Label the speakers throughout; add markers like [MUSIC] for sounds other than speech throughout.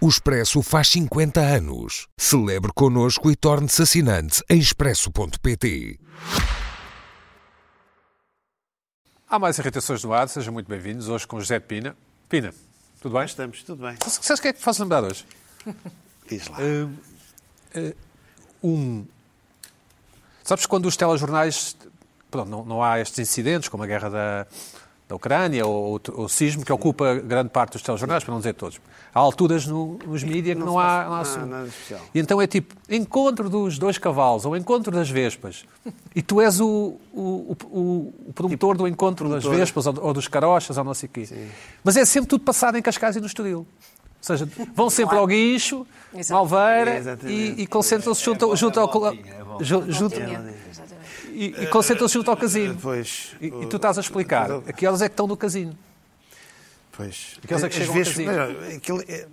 Speaker 1: O Expresso faz 50 anos. Celebre connosco e torne-se assinante em expresso.pt.
Speaker 2: Há mais irritações no ar, sejam muito bem-vindos. Hoje com José Pina. Pina, tudo bem?
Speaker 3: Nós estamos, tudo bem.
Speaker 2: Sabes- Sabes o que é que me faz lembrar hoje?
Speaker 3: Diz lá.
Speaker 2: um. Sabes quando os telejornais. Pronto, não, não há estes incidentes, como a guerra da, da Ucrânia ou, ou t- ou o sismo, que ocupa grande parte dos telejornais, para não dizer todos. Há alturas no- nos mídias que não,
Speaker 3: não se
Speaker 2: há.
Speaker 3: passa
Speaker 2: Não há
Speaker 3: nada,
Speaker 2: assunto.
Speaker 3: nada especial.
Speaker 2: E então é tipo encontro dos dois cavalos ou encontro das vespas. E tu és o, o, o- o promotor
Speaker 3: Tipo,
Speaker 2: do encontro das vespas ou, ou dos carochas ou não sei o quê. Mas é sempre tudo passado em Cascais e no Estoril. Ou seja, vão sempre ao guincho,
Speaker 4: Exato.
Speaker 3: É,
Speaker 2: Malveira
Speaker 3: exatamente.
Speaker 2: e, e concentram-se junto, ao- junto ao. cola-
Speaker 3: voltinha, é volta.
Speaker 2: ju- junto-
Speaker 4: Exatamente.
Speaker 2: e e concentram-se junto ao casino.
Speaker 3: Pois.
Speaker 2: E, e
Speaker 3: o-
Speaker 2: tu estás a explicar.
Speaker 3: tudo-
Speaker 2: Aqueles é que estão no casino.
Speaker 3: Pois.
Speaker 2: Aqueles é que
Speaker 3: Às
Speaker 2: chegam
Speaker 3: vezes,
Speaker 2: ao
Speaker 3: mas, olha, aquilo é-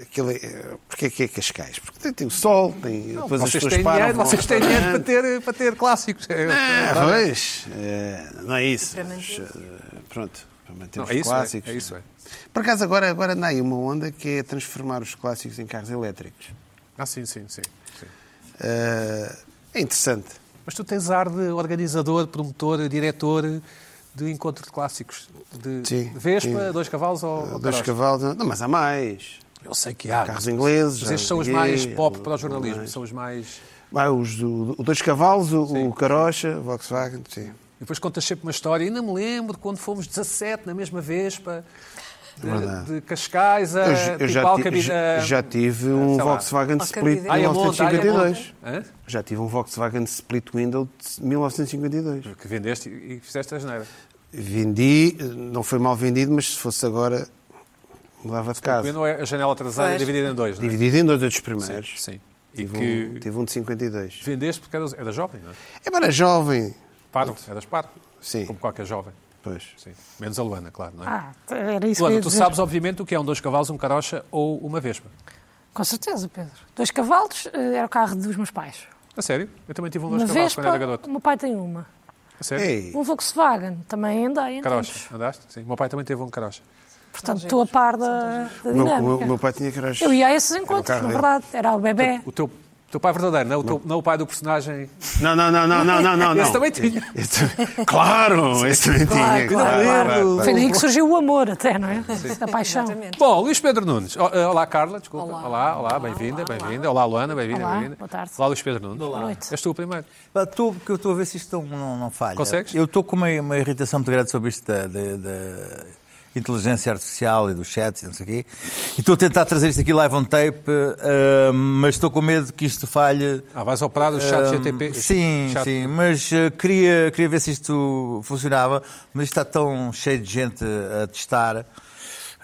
Speaker 3: aquilo é- Porque é que é Cascais? Porque tem, tem o sol, tem. depois as
Speaker 2: vocês
Speaker 3: pessoas
Speaker 2: têm
Speaker 3: param.
Speaker 2: dinheiro,
Speaker 3: vão ao
Speaker 2: vocês têm dinheiro para
Speaker 3: restaurante.
Speaker 2: ter, para ter clássicos. É,
Speaker 3: Ah, pois. É, não é isso.
Speaker 4: Para
Speaker 3: mas, eh, pronto. Para manter
Speaker 2: Não,
Speaker 3: os
Speaker 2: é isso, é,
Speaker 3: clássicos.
Speaker 2: é isso, é.
Speaker 3: Por acaso, agora, agora anda aí uma onda que é transformar os clássicos em carros elétricos.
Speaker 2: Ah, sim, sim, sim, sim.
Speaker 3: Eh, é interessante.
Speaker 2: Mas tu tens ar de organizador, promotor, diretor de encontro de clássicos. De
Speaker 3: Sim,
Speaker 2: Vespa,
Speaker 3: sim.
Speaker 2: dois cavalos ou. ou
Speaker 3: Dois
Speaker 2: carocha?
Speaker 3: cavalos. Não, mas há mais.
Speaker 2: Eu sei que há.
Speaker 3: Carros ingleses,
Speaker 2: Mas estes
Speaker 3: há
Speaker 2: são os
Speaker 3: gay,
Speaker 2: mais pop
Speaker 3: há-
Speaker 2: para o jornalismo.
Speaker 3: há-
Speaker 2: São os mais.
Speaker 3: Vai, os do, o dois cavalos, o, o Carocha, o Volkswagen, sim.
Speaker 2: E depois contas sempre uma história. Ainda me lembro quando fomos 17 na mesma Vespa,
Speaker 3: verdade.
Speaker 2: de, de Cascais a
Speaker 3: Eu, eu
Speaker 2: tipo,
Speaker 3: já, ti-
Speaker 2: Alcabi-
Speaker 3: já-
Speaker 2: a-
Speaker 3: já tive um
Speaker 2: sei lá, ah,
Speaker 3: Volkswagen
Speaker 4: ao
Speaker 3: Split de
Speaker 4: Carbideiro.
Speaker 2: Ai, a monte, ai, a
Speaker 3: 1952.
Speaker 2: monte. Hã?
Speaker 3: Já tive um Volkswagen Split Window de 1952.
Speaker 2: Que vendeste e e fizeste a geneira.
Speaker 3: Vendi, não foi mal vendido, mas se fosse agora, mudava de casa.
Speaker 2: Não é a janela traseira
Speaker 4: Pois.
Speaker 2: dividida em dois, não é?
Speaker 3: Ah. Dividido em dois dos primeiros.
Speaker 2: Sim. E
Speaker 3: Tive,
Speaker 2: que
Speaker 3: um, tive um de 52.
Speaker 2: vendeste porque eras, eras jovem, não é?
Speaker 3: É para jovem.
Speaker 2: Parvo, eras parvo.
Speaker 3: Sim.
Speaker 2: Como qualquer jovem.
Speaker 3: Oh, Pois.
Speaker 2: Sim. Menos a Luana, claro, não é?
Speaker 5: Ah, era isso que eu
Speaker 2: Luana,
Speaker 5: ia
Speaker 2: tu
Speaker 5: dizer.
Speaker 2: sabes, obviamente, o que é um dois cavalos, um carocha ou uma vespa.
Speaker 5: Com certeza, Pedro. Dois cavalos eh, era o carro dos meus pais.
Speaker 2: A sério? Eu também tive um dois
Speaker 5: Uma
Speaker 2: cavalos
Speaker 5: Vespa,
Speaker 2: quando era garoto.
Speaker 5: o meu pai tem uma.
Speaker 2: A sério?
Speaker 3: Ei,
Speaker 5: Um Volkswagen, também andei em tempos.
Speaker 2: Carocha, andaste? Sim. O meu pai também teve um carocha.
Speaker 5: Portanto, estou a par da, da
Speaker 3: o meu, o
Speaker 5: dinâmica.
Speaker 3: meu- o meu pai tinha Carocha.
Speaker 5: Eu ia a esses
Speaker 3: Era
Speaker 5: encontros,
Speaker 3: o carro é-
Speaker 5: na
Speaker 3: dele.
Speaker 5: verdade. Era o bebê.
Speaker 2: O teu, o teu pai verdadeiro, não? é? O teu- não o pai do personagem.
Speaker 3: Não, não, não, não, não, não, não.
Speaker 2: Esse também tinha.
Speaker 3: [LAUGHS] Esse também- Claro, esse também tinha.
Speaker 5: Claro, claro,
Speaker 2: claro.
Speaker 5: Foi daí que surgiu o amor até, não é? A paixão.
Speaker 4: Exatamente.
Speaker 2: Bom, Luís Pedro Nunes. O- eh, Olá, Carla, desculpa. Olá,
Speaker 4: Olá.
Speaker 2: olá, bem-vinda, bem-vinda. Olá, Luana, bem-vinda,
Speaker 5: Olá,
Speaker 2: bem-vinda.
Speaker 5: boa tarde.
Speaker 2: Olá, Luís Pedro Nunes.
Speaker 5: Boa noite.
Speaker 2: És tu o primeiro.
Speaker 6: Pá, Estou, porque eu estou a ver se isto não, não, não falha.
Speaker 2: Consegues?
Speaker 6: Eu estou com uma, uma irritação muito grande sobre isto da, da- da inteligência artificial e dos chats e não sei o quê. E estou a tentar trazer isto aqui live on tape, ah, mas estou com medo que isto falhe.
Speaker 2: Ah, vais operar o chat
Speaker 6: Ah,
Speaker 2: GTP.
Speaker 6: Sim,
Speaker 2: Chat-
Speaker 6: sim, mas ah, queria, queria ver se isto funcionava, mas isto está tão cheio de gente a testar.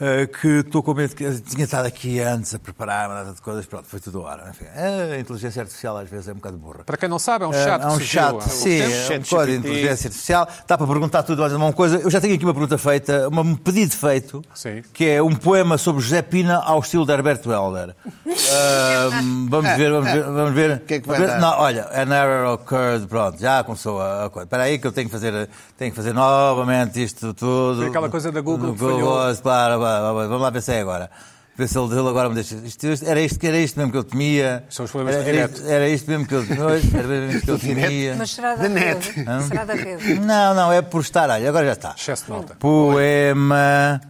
Speaker 6: ah, que estou com medo que eu tinha estado aqui antes a preparar uma data de coisas, pronto, foi tudo hora. Enfim, a inteligência artificial às vezes é um bocado burra.
Speaker 2: Para quem não sabe, é um
Speaker 6: É,
Speaker 2: chat.
Speaker 6: é um
Speaker 2: que surgiu há
Speaker 6: chat,
Speaker 2: pouco
Speaker 6: sim,
Speaker 2: tempo.
Speaker 6: é um
Speaker 3: Chat
Speaker 6: código de
Speaker 3: GPT.
Speaker 6: inteligência artificial. Dá para perguntar tudo mais uma coisa. Eu já tenho aqui uma pergunta feita, uma- um pedido feito,
Speaker 2: Sim.
Speaker 6: que é um poema sobre José Pina ao estilo de Herberto Helder. Ahm, vamos ver, vamos ver, vamos ver. O
Speaker 3: É, que é que vai dar?
Speaker 6: Não, olha, an error occurred, pronto, já começou a a coisa. Espera aí que eu tenho que fazer, tenho que fazer novamente isto tudo.
Speaker 2: Foi aquela coisa da Google
Speaker 6: No
Speaker 2: que falhou.
Speaker 6: Pois, claro, vá, vá, vá, vamos lá ver se é agora. Ver se ele ele agora me deixa. Isto, isto- era, isto, era isto mesmo que eu temia.
Speaker 2: São os problemas
Speaker 6: era,
Speaker 2: do
Speaker 6: era
Speaker 2: direto.
Speaker 6: isto- era
Speaker 2: [LAUGHS]
Speaker 6: isto mesmo que eu, era mesmo que eu temia.
Speaker 4: Mas será da
Speaker 3: Da net.
Speaker 4: rede? Será da rede?
Speaker 6: Não, não, é por estar. Olha, agora já está.
Speaker 2: Excesso de nota.
Speaker 6: Poema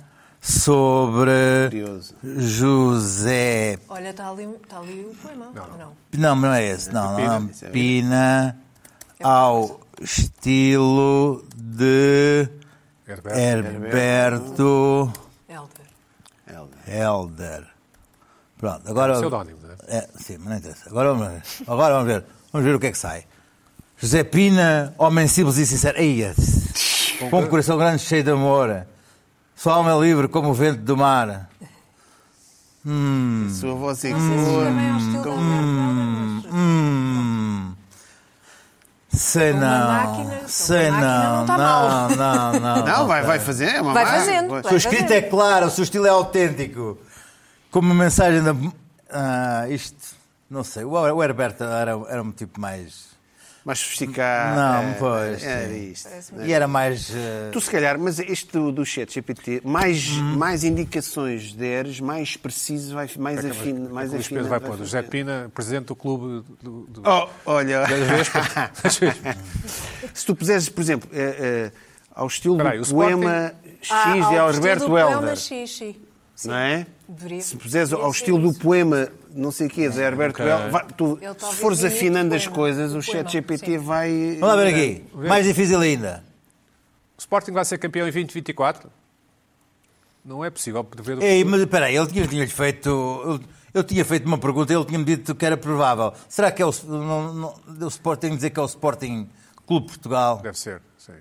Speaker 6: sobre
Speaker 3: Curioso.
Speaker 6: José.
Speaker 4: Olha, está ali, está ali o poema. Não, não.
Speaker 6: Não, não é esse. Não, não, não.
Speaker 3: Pina.
Speaker 6: Pina ao estilo de
Speaker 2: Herberto.
Speaker 6: Herberto
Speaker 4: É Helder.
Speaker 3: Helder.
Speaker 6: Helder. Pronto, agora.
Speaker 2: Pseudónimo, não é?
Speaker 6: É, sim, mas não interessa. Agora vamos, ver. agora vamos ver. Vamos ver o que é que sai. José Pina, homem simples e sincero. Eia, com um coração grande cheio de amor. Sua alma é livre como o vento do mar.
Speaker 3: Sua voz é
Speaker 4: Não sei se
Speaker 3: cor.
Speaker 4: também é o estilo da Helder, mas...
Speaker 6: Hum. Sei
Speaker 4: Uma
Speaker 6: não.
Speaker 4: máquina-
Speaker 6: Sei
Speaker 4: uma máquina
Speaker 6: não.
Speaker 4: não tá mal.
Speaker 6: não,
Speaker 4: [LAUGHS]
Speaker 6: não, não.
Speaker 2: Ah,
Speaker 3: Não, vai, vai fazer. É uma
Speaker 4: Vai
Speaker 3: marca,
Speaker 4: fazendo,
Speaker 3: pois.
Speaker 6: Se o
Speaker 4: vai.
Speaker 6: escrito é claro, se o estilo é autêntico. Como uma mensagem da. Ah, isto. Não sei. O Her- o Herberto era, era um tipo mais.
Speaker 3: mais sofisticado.
Speaker 6: Não, pois,
Speaker 3: Era
Speaker 6: sim.
Speaker 3: isto.
Speaker 6: E era mais. eh,
Speaker 3: Tu, se calhar, mas este do, do chat GPT, mais,
Speaker 2: Uhum.
Speaker 3: mais indicações deres, mais preciso, vai, mais afino. Mais
Speaker 2: O Luís
Speaker 3: afina,
Speaker 2: Pedro vai pôr. José
Speaker 3: fazer.
Speaker 2: Pina, presidente do clube do, do-
Speaker 3: Oh, olha.
Speaker 2: das Vespas. Das Vespas.
Speaker 3: [LAUGHS] Se tu puseres, por exemplo, eh, eh, ao estilo
Speaker 2: Espera aí, o
Speaker 3: do
Speaker 2: Sporting-
Speaker 3: poema X
Speaker 4: Ah, ao
Speaker 3: de
Speaker 4: estilo do
Speaker 3: é Alberto
Speaker 4: poema
Speaker 3: Helder,
Speaker 4: X, sim. Sim.
Speaker 3: não é?
Speaker 4: Deveria-
Speaker 3: Se puseres ao
Speaker 4: deveria ser
Speaker 3: estilo do
Speaker 4: isso.
Speaker 3: poema não sei o quê de Alberto
Speaker 2: Ok.
Speaker 3: Helder, vai- tu,
Speaker 4: Ele
Speaker 3: se
Speaker 4: talvez
Speaker 3: fores
Speaker 4: diria
Speaker 3: afinando
Speaker 4: do
Speaker 3: as
Speaker 4: poema,
Speaker 3: coisas,
Speaker 4: do
Speaker 3: o chat
Speaker 4: poema,
Speaker 3: GPT
Speaker 4: sim.
Speaker 3: vai... eh,
Speaker 6: Vamos lá ver
Speaker 3: É,
Speaker 6: aqui. Mais difícil ainda.
Speaker 2: O Sporting vai ser campeão em 2024? Não é possível prever o
Speaker 6: Ei,
Speaker 2: futuro.
Speaker 6: mas espera aí, ele tinha, tinha feito. Eu, eu tinha feito uma pergunta e ele tinha-me dito que era provável. Será que é o, não, não, o Sporting dizer que é o Sporting Clube de Portugal?
Speaker 2: Deve ser. sim.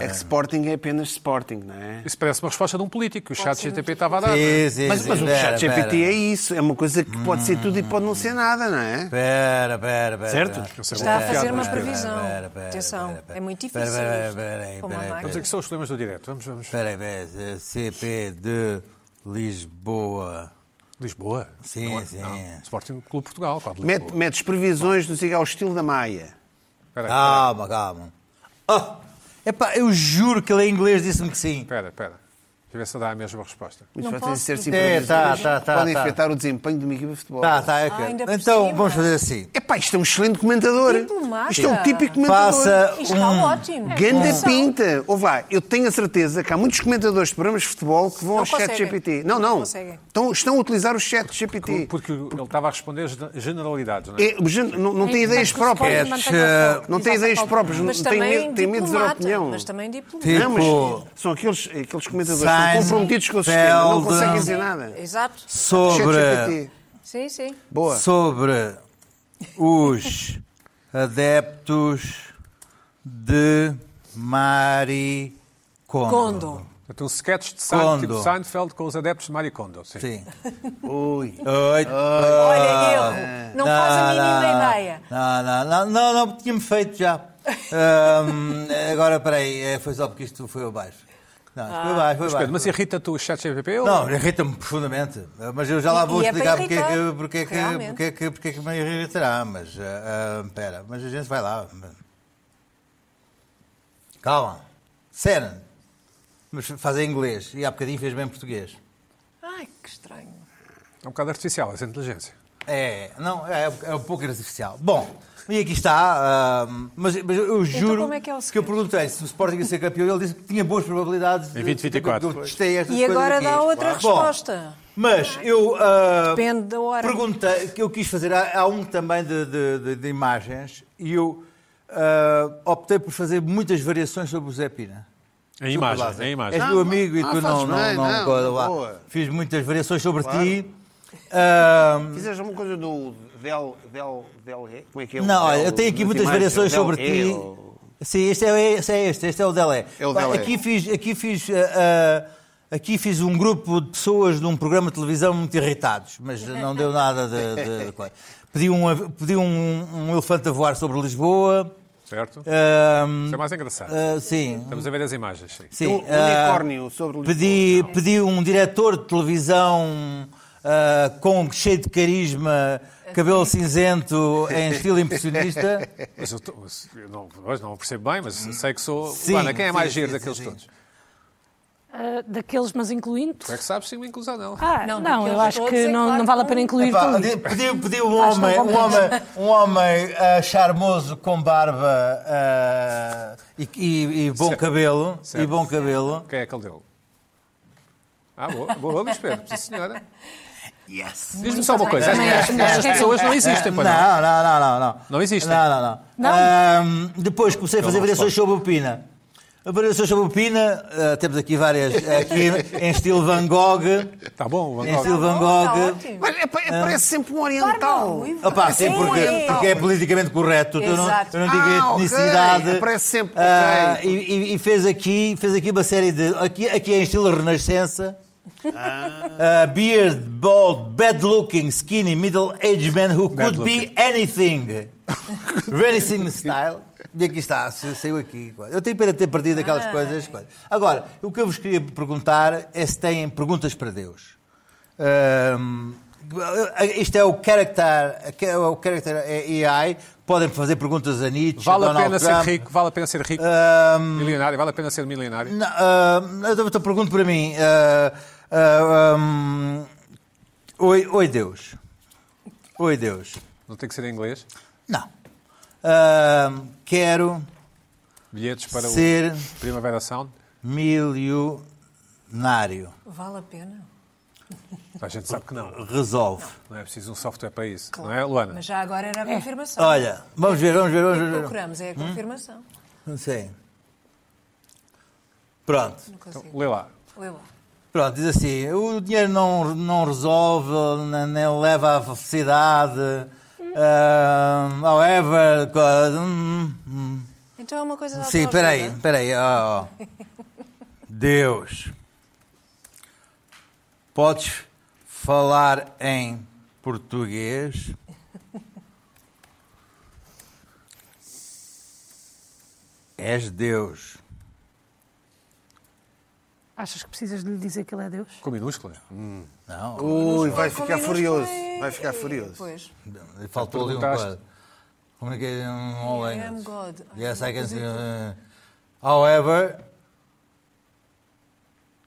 Speaker 3: É que Sporting é apenas Sporting, não é?
Speaker 2: Isso parece uma resposta de um político. que O chat GTP estava a dar. é?
Speaker 6: Sim, sim,
Speaker 3: Mas,
Speaker 6: sim,
Speaker 3: mas o
Speaker 6: pera,
Speaker 3: chat GPT
Speaker 6: pera.
Speaker 3: é isso. É uma coisa que pode ser tudo e pode não ser nada, não é?
Speaker 6: Pera, pera, pera.
Speaker 3: Certo?
Speaker 6: pera.
Speaker 2: Eu sei
Speaker 4: Está a
Speaker 2: lá.
Speaker 4: fazer
Speaker 2: Piada,
Speaker 4: uma
Speaker 2: mas-
Speaker 4: previsão.
Speaker 6: pera, pera,
Speaker 4: Atenção,
Speaker 6: pera, pera.
Speaker 4: é muito difícil.
Speaker 6: Pera, pera,
Speaker 4: isto,
Speaker 6: pera aí,
Speaker 4: como
Speaker 6: pera
Speaker 4: a
Speaker 6: aí,
Speaker 4: máquina.
Speaker 2: Mas é que são os problemas do direto. Vamos, vamos.
Speaker 6: Espera aí, pera. CP de Lisboa.
Speaker 2: Lisboa?
Speaker 6: Sim,
Speaker 2: Não é-
Speaker 6: sim.
Speaker 2: não. Sporting Clube de Portugal. Claro, de
Speaker 3: Mete-
Speaker 2: Lisboa.
Speaker 3: Metes previsões, não sei, ao estilo da Maia.
Speaker 2: Espera aí,
Speaker 6: Calma, calma. Ah, epá, eu juro que ele em inglês disse-me que sim.
Speaker 2: Espera, espera. Deixa eu ver se dá a mesma resposta.
Speaker 3: Muitos
Speaker 5: Não
Speaker 3: fatores
Speaker 5: posso.
Speaker 3: externos e
Speaker 6: É,
Speaker 3: previsões
Speaker 6: tá, tá, tá,
Speaker 3: podem
Speaker 6: tá.
Speaker 3: afetar o desempenho de uma equipa de futebol.
Speaker 6: Tá, tá, é que-
Speaker 4: ainda por
Speaker 6: Então,
Speaker 4: cima.
Speaker 6: vamos fazer assim.
Speaker 3: Epá, isto é um excelente comentador.
Speaker 4: Diplomata.
Speaker 3: Isto é um típico comentador.
Speaker 6: Faça
Speaker 4: Isto está
Speaker 6: um
Speaker 4: ótimo.
Speaker 3: Ganda
Speaker 4: Atenção.
Speaker 3: pinta. Ou vá, eu tenho a certeza que há muitos comentadores de programas de futebol que vão
Speaker 4: Não
Speaker 3: ao chat
Speaker 4: conseguem.
Speaker 3: GPT. Não, não.
Speaker 4: Não conseguem.
Speaker 3: estão, estão a utilizar o chat GPT.
Speaker 2: Porque ele estava a responder generalidades, não é?
Speaker 3: É, gente, não, não tem ideias próprias. eh, Não tem ideias próprias.
Speaker 4: é Mas
Speaker 3: não tem,
Speaker 4: também
Speaker 3: medo- tem medo de dizer
Speaker 4: diplomata,
Speaker 3: opinião.
Speaker 4: Mas também diplomata.
Speaker 6: Sim.
Speaker 3: Não, mas
Speaker 6: Tipo,
Speaker 3: são aqueles, aqueles comentadores que estão
Speaker 6: Sainz,
Speaker 3: comprometidos com o sistema, não
Speaker 6: Felda.
Speaker 3: conseguem dizer nada.
Speaker 4: Exato.
Speaker 6: sobre,
Speaker 3: ChatGPT.
Speaker 4: Sim, sim.
Speaker 3: Boa.
Speaker 6: sobre os adeptos de Maricondo.
Speaker 4: Condo.
Speaker 2: Portanto, um sketch de Seinfeld,
Speaker 6: Kondo.
Speaker 2: tipo Seinfeld com os adeptos de Maricondo. Sim.
Speaker 6: Sim.
Speaker 3: Ui.
Speaker 6: Oito.
Speaker 3: Ah,
Speaker 4: Olha, erro. Não faz a mínima ideia.
Speaker 6: Não, não, não, não, não, porque tinha-me feito
Speaker 4: [LAUGHS]
Speaker 6: já. Ahm, agora, peraí, eh, foi só porque isto foi abaixo. Não, isto
Speaker 4: Ah.
Speaker 6: foi abaixo, foi
Speaker 2: Mas, Pedro,
Speaker 6: abaixo.
Speaker 2: mas irrita-te o chat GPP?
Speaker 6: Não, irrita-me profundamente. eh, Mas eu já lá
Speaker 4: E-
Speaker 6: vou
Speaker 4: e é para
Speaker 6: explicar porque é que,
Speaker 4: irritar,
Speaker 6: porque, é que,
Speaker 4: realmente.
Speaker 6: porque, é que, porque é que me irritará. Mas, ah, ah, pera, mas a gente vai lá. Calma. Cena. Mas faz em inglês. E há bocadinho fez bem em português.
Speaker 4: Ai, que estranho.
Speaker 2: É um bocado artificial essa inteligência.
Speaker 6: É, não, é, é um pouco artificial. Bom, e aqui está, ahm, mas, mas eu juro
Speaker 4: como é que é o
Speaker 6: eu perguntei se o Sporting ia ser campeão, ele disse que tinha boas probabilidades. de-
Speaker 2: Em 2024.
Speaker 6: Eu testei estas
Speaker 4: E
Speaker 6: coisas
Speaker 4: agora
Speaker 6: aqui.
Speaker 4: dá outra
Speaker 6: Bom,
Speaker 4: resposta.
Speaker 6: mas eu ah,
Speaker 4: Depende da hora.
Speaker 6: perguntei, que eu quis fazer, há, há um também de, de- de- de imagens, e eu ah, optei por fazer muitas variações sobre o Zé Pina.
Speaker 2: Em imagem,
Speaker 6: Lázaro.
Speaker 2: em imagem.
Speaker 6: És meu amigo e
Speaker 3: ah,
Speaker 6: tu não,
Speaker 3: fazes
Speaker 6: não,
Speaker 3: bem,
Speaker 6: não,
Speaker 3: não,
Speaker 6: coisa lá.
Speaker 3: boa.
Speaker 6: Fiz muitas variações sobre ti. Ah,
Speaker 3: Fizeste alguma coisa do Del. Del. Del. Como é que é?
Speaker 6: Não,
Speaker 3: Del-
Speaker 6: olha, eu tenho aqui
Speaker 3: das
Speaker 6: muitas
Speaker 3: imagens,
Speaker 6: variações
Speaker 3: Del-
Speaker 6: sobre
Speaker 3: é,
Speaker 6: ti.
Speaker 3: ou-
Speaker 6: Sim, este é, este é este, este é o Delé.
Speaker 3: É o
Speaker 6: Pá,
Speaker 3: Delé.
Speaker 6: Aqui fiz, aqui, fiz, ah, ah, aqui fiz um grupo de pessoas de um programa de televisão muito irritados, mas não deu nada de. de- de coisa. Pedi, um, av- pedi um, um elefante a voar sobre Lisboa.
Speaker 2: Certo?
Speaker 6: ah,
Speaker 2: Isso é mais engraçado.
Speaker 6: ah, sim.
Speaker 2: Estamos a ver as imagens. Sim.
Speaker 6: sim
Speaker 3: Um
Speaker 6: ah,
Speaker 3: unicórnio sobre o
Speaker 6: Pedi, pedi um diretor de televisão ah, com cheio de carisma, cabelo cinzento, em
Speaker 3: [LAUGHS]
Speaker 6: estilo impressionista.
Speaker 2: Mas eu, tô- eu não, hoje não percebo bem, mas sei que sou.
Speaker 6: Sim,
Speaker 2: Ana, quem é mais
Speaker 6: sim,
Speaker 2: giro
Speaker 6: sim,
Speaker 2: daqueles
Speaker 6: sim, sim.
Speaker 2: todos? Tu
Speaker 5: Eh, daqueles, mas incluindo.
Speaker 2: é que sabes se me incluís ou não.
Speaker 5: Ah,
Speaker 4: Não,
Speaker 5: não,
Speaker 4: daqueles
Speaker 5: eu acho
Speaker 4: todos,
Speaker 5: que
Speaker 4: é
Speaker 5: não,
Speaker 4: claro
Speaker 5: não vale a
Speaker 4: que
Speaker 5: pena
Speaker 4: não.
Speaker 5: incluir
Speaker 6: Epá,
Speaker 5: tudo.
Speaker 6: de- pediu, pediu um,
Speaker 5: Acho que não
Speaker 6: homem, um
Speaker 5: compensa.
Speaker 6: homem, um homem ah, charmoso com barba ah, e, e- e bom
Speaker 2: Certo.
Speaker 6: cabelo. E
Speaker 2: Certo.
Speaker 6: bom cabelo.
Speaker 2: Quem é aquele dele? Ah, boa, boa, Luís Pedro. Sim, senhora.
Speaker 6: Yes.
Speaker 2: Diz-me só uma coisa.
Speaker 5: Também
Speaker 2: Estas
Speaker 5: acho,
Speaker 2: estas
Speaker 5: não.
Speaker 2: pessoas não existem,
Speaker 6: não,
Speaker 2: pois não?
Speaker 6: Ah, não, não, não, não.
Speaker 2: Não existem?
Speaker 6: Não, não, não.
Speaker 5: Não?
Speaker 6: Ahm, depois comecei a fazer
Speaker 2: não
Speaker 6: variações sobre o Pina. Variações sobre o Pina, ah, temos aqui várias, aqui em estilo Van Gogh.
Speaker 2: Está Tá bom, o Van
Speaker 6: Em
Speaker 2: Gogh.
Speaker 6: estilo Van
Speaker 4: Oh, está
Speaker 6: Gogh.
Speaker 4: ótimo.
Speaker 3: Mas é, pa- é,
Speaker 6: Ah.
Speaker 3: parece sempre um
Speaker 4: Barba
Speaker 3: oriental.
Speaker 4: ruiva.
Speaker 6: Opa, sim,
Speaker 4: Sim,
Speaker 6: porque,
Speaker 4: é.
Speaker 6: porque é politicamente correto. Eu não,
Speaker 4: Exato.
Speaker 6: eu não digo
Speaker 3: Ah, ok.
Speaker 6: etnicidade.
Speaker 3: Aparece sempre,
Speaker 6: Ah,
Speaker 3: ok.
Speaker 6: e- e, e fez, aqui, fez aqui uma série de. Aqui, aqui é em estilo Renascença. Ah, beard, bald, bad looking, skinny, middle aged man who
Speaker 2: Bad
Speaker 6: could be
Speaker 2: looking. [LAUGHS]
Speaker 6: anything. Renascença style. E aqui está, sa- saiu aqui. Eu tenho pena de ter perdido aquelas coisas. coisas. Agora, o que eu vos queria perguntar é se têm perguntas para Deus. Ahm, Isto é o character, é o character AI. Podem fazer perguntas a Nietzsche,
Speaker 2: Vale a
Speaker 6: Donald
Speaker 2: pena ser
Speaker 6: Trump. Um,
Speaker 2: rico, vale a pena ser rico,
Speaker 6: Ahm,
Speaker 2: milionário, vale a pena ser milionário.
Speaker 6: não, ah, eu te pergunto para mim. ah, ah, ahm, oi, oi, Deus. Oi, Deus.
Speaker 2: Não tem que ser em inglês.
Speaker 6: Não. Ahm, quero
Speaker 2: Bilhetes para
Speaker 6: ser
Speaker 2: o Primavera Sound.
Speaker 6: milionário.
Speaker 4: Vale a pena.
Speaker 2: A gente sabe que não.
Speaker 6: Resolve.
Speaker 2: Não é preciso um software para isso. Não é, Luana?
Speaker 4: Mas já agora era a confirmação.
Speaker 6: Olha, vamos ver, vamos ver, vamos ver. vamos ver.
Speaker 4: Procuramos, é a confirmação.
Speaker 6: Não sei. Pronto.
Speaker 4: Não
Speaker 2: Então,
Speaker 4: consigo.
Speaker 2: lê lá.
Speaker 4: Lê lá.
Speaker 6: Pronto, diz assim, o dinheiro não, não resolve, nem, nem leva à felicidade. ah, however, co- hum, hum.
Speaker 4: Então é uma coisa da
Speaker 6: sim,
Speaker 4: tua
Speaker 6: espera aí,
Speaker 4: ajuda.
Speaker 6: espera aí. ó, ó. Deus, podes falar em português? És Deus.
Speaker 5: Achas que precisas de lhe dizer que ele é Deus?
Speaker 2: Com minúsculas. Hum.
Speaker 6: Não,
Speaker 3: Ui, vai
Speaker 4: Com
Speaker 3: ficar
Speaker 4: minúsculas
Speaker 3: furioso.
Speaker 4: e-
Speaker 3: Vai ficar
Speaker 4: e-
Speaker 3: furioso.
Speaker 4: Pois.
Speaker 6: Não, Faltou ali um
Speaker 2: Perguntaste.
Speaker 6: quadro. Como é que é? Um all
Speaker 4: I am
Speaker 6: angles.
Speaker 4: God.
Speaker 6: Yes, I can see. uh, however.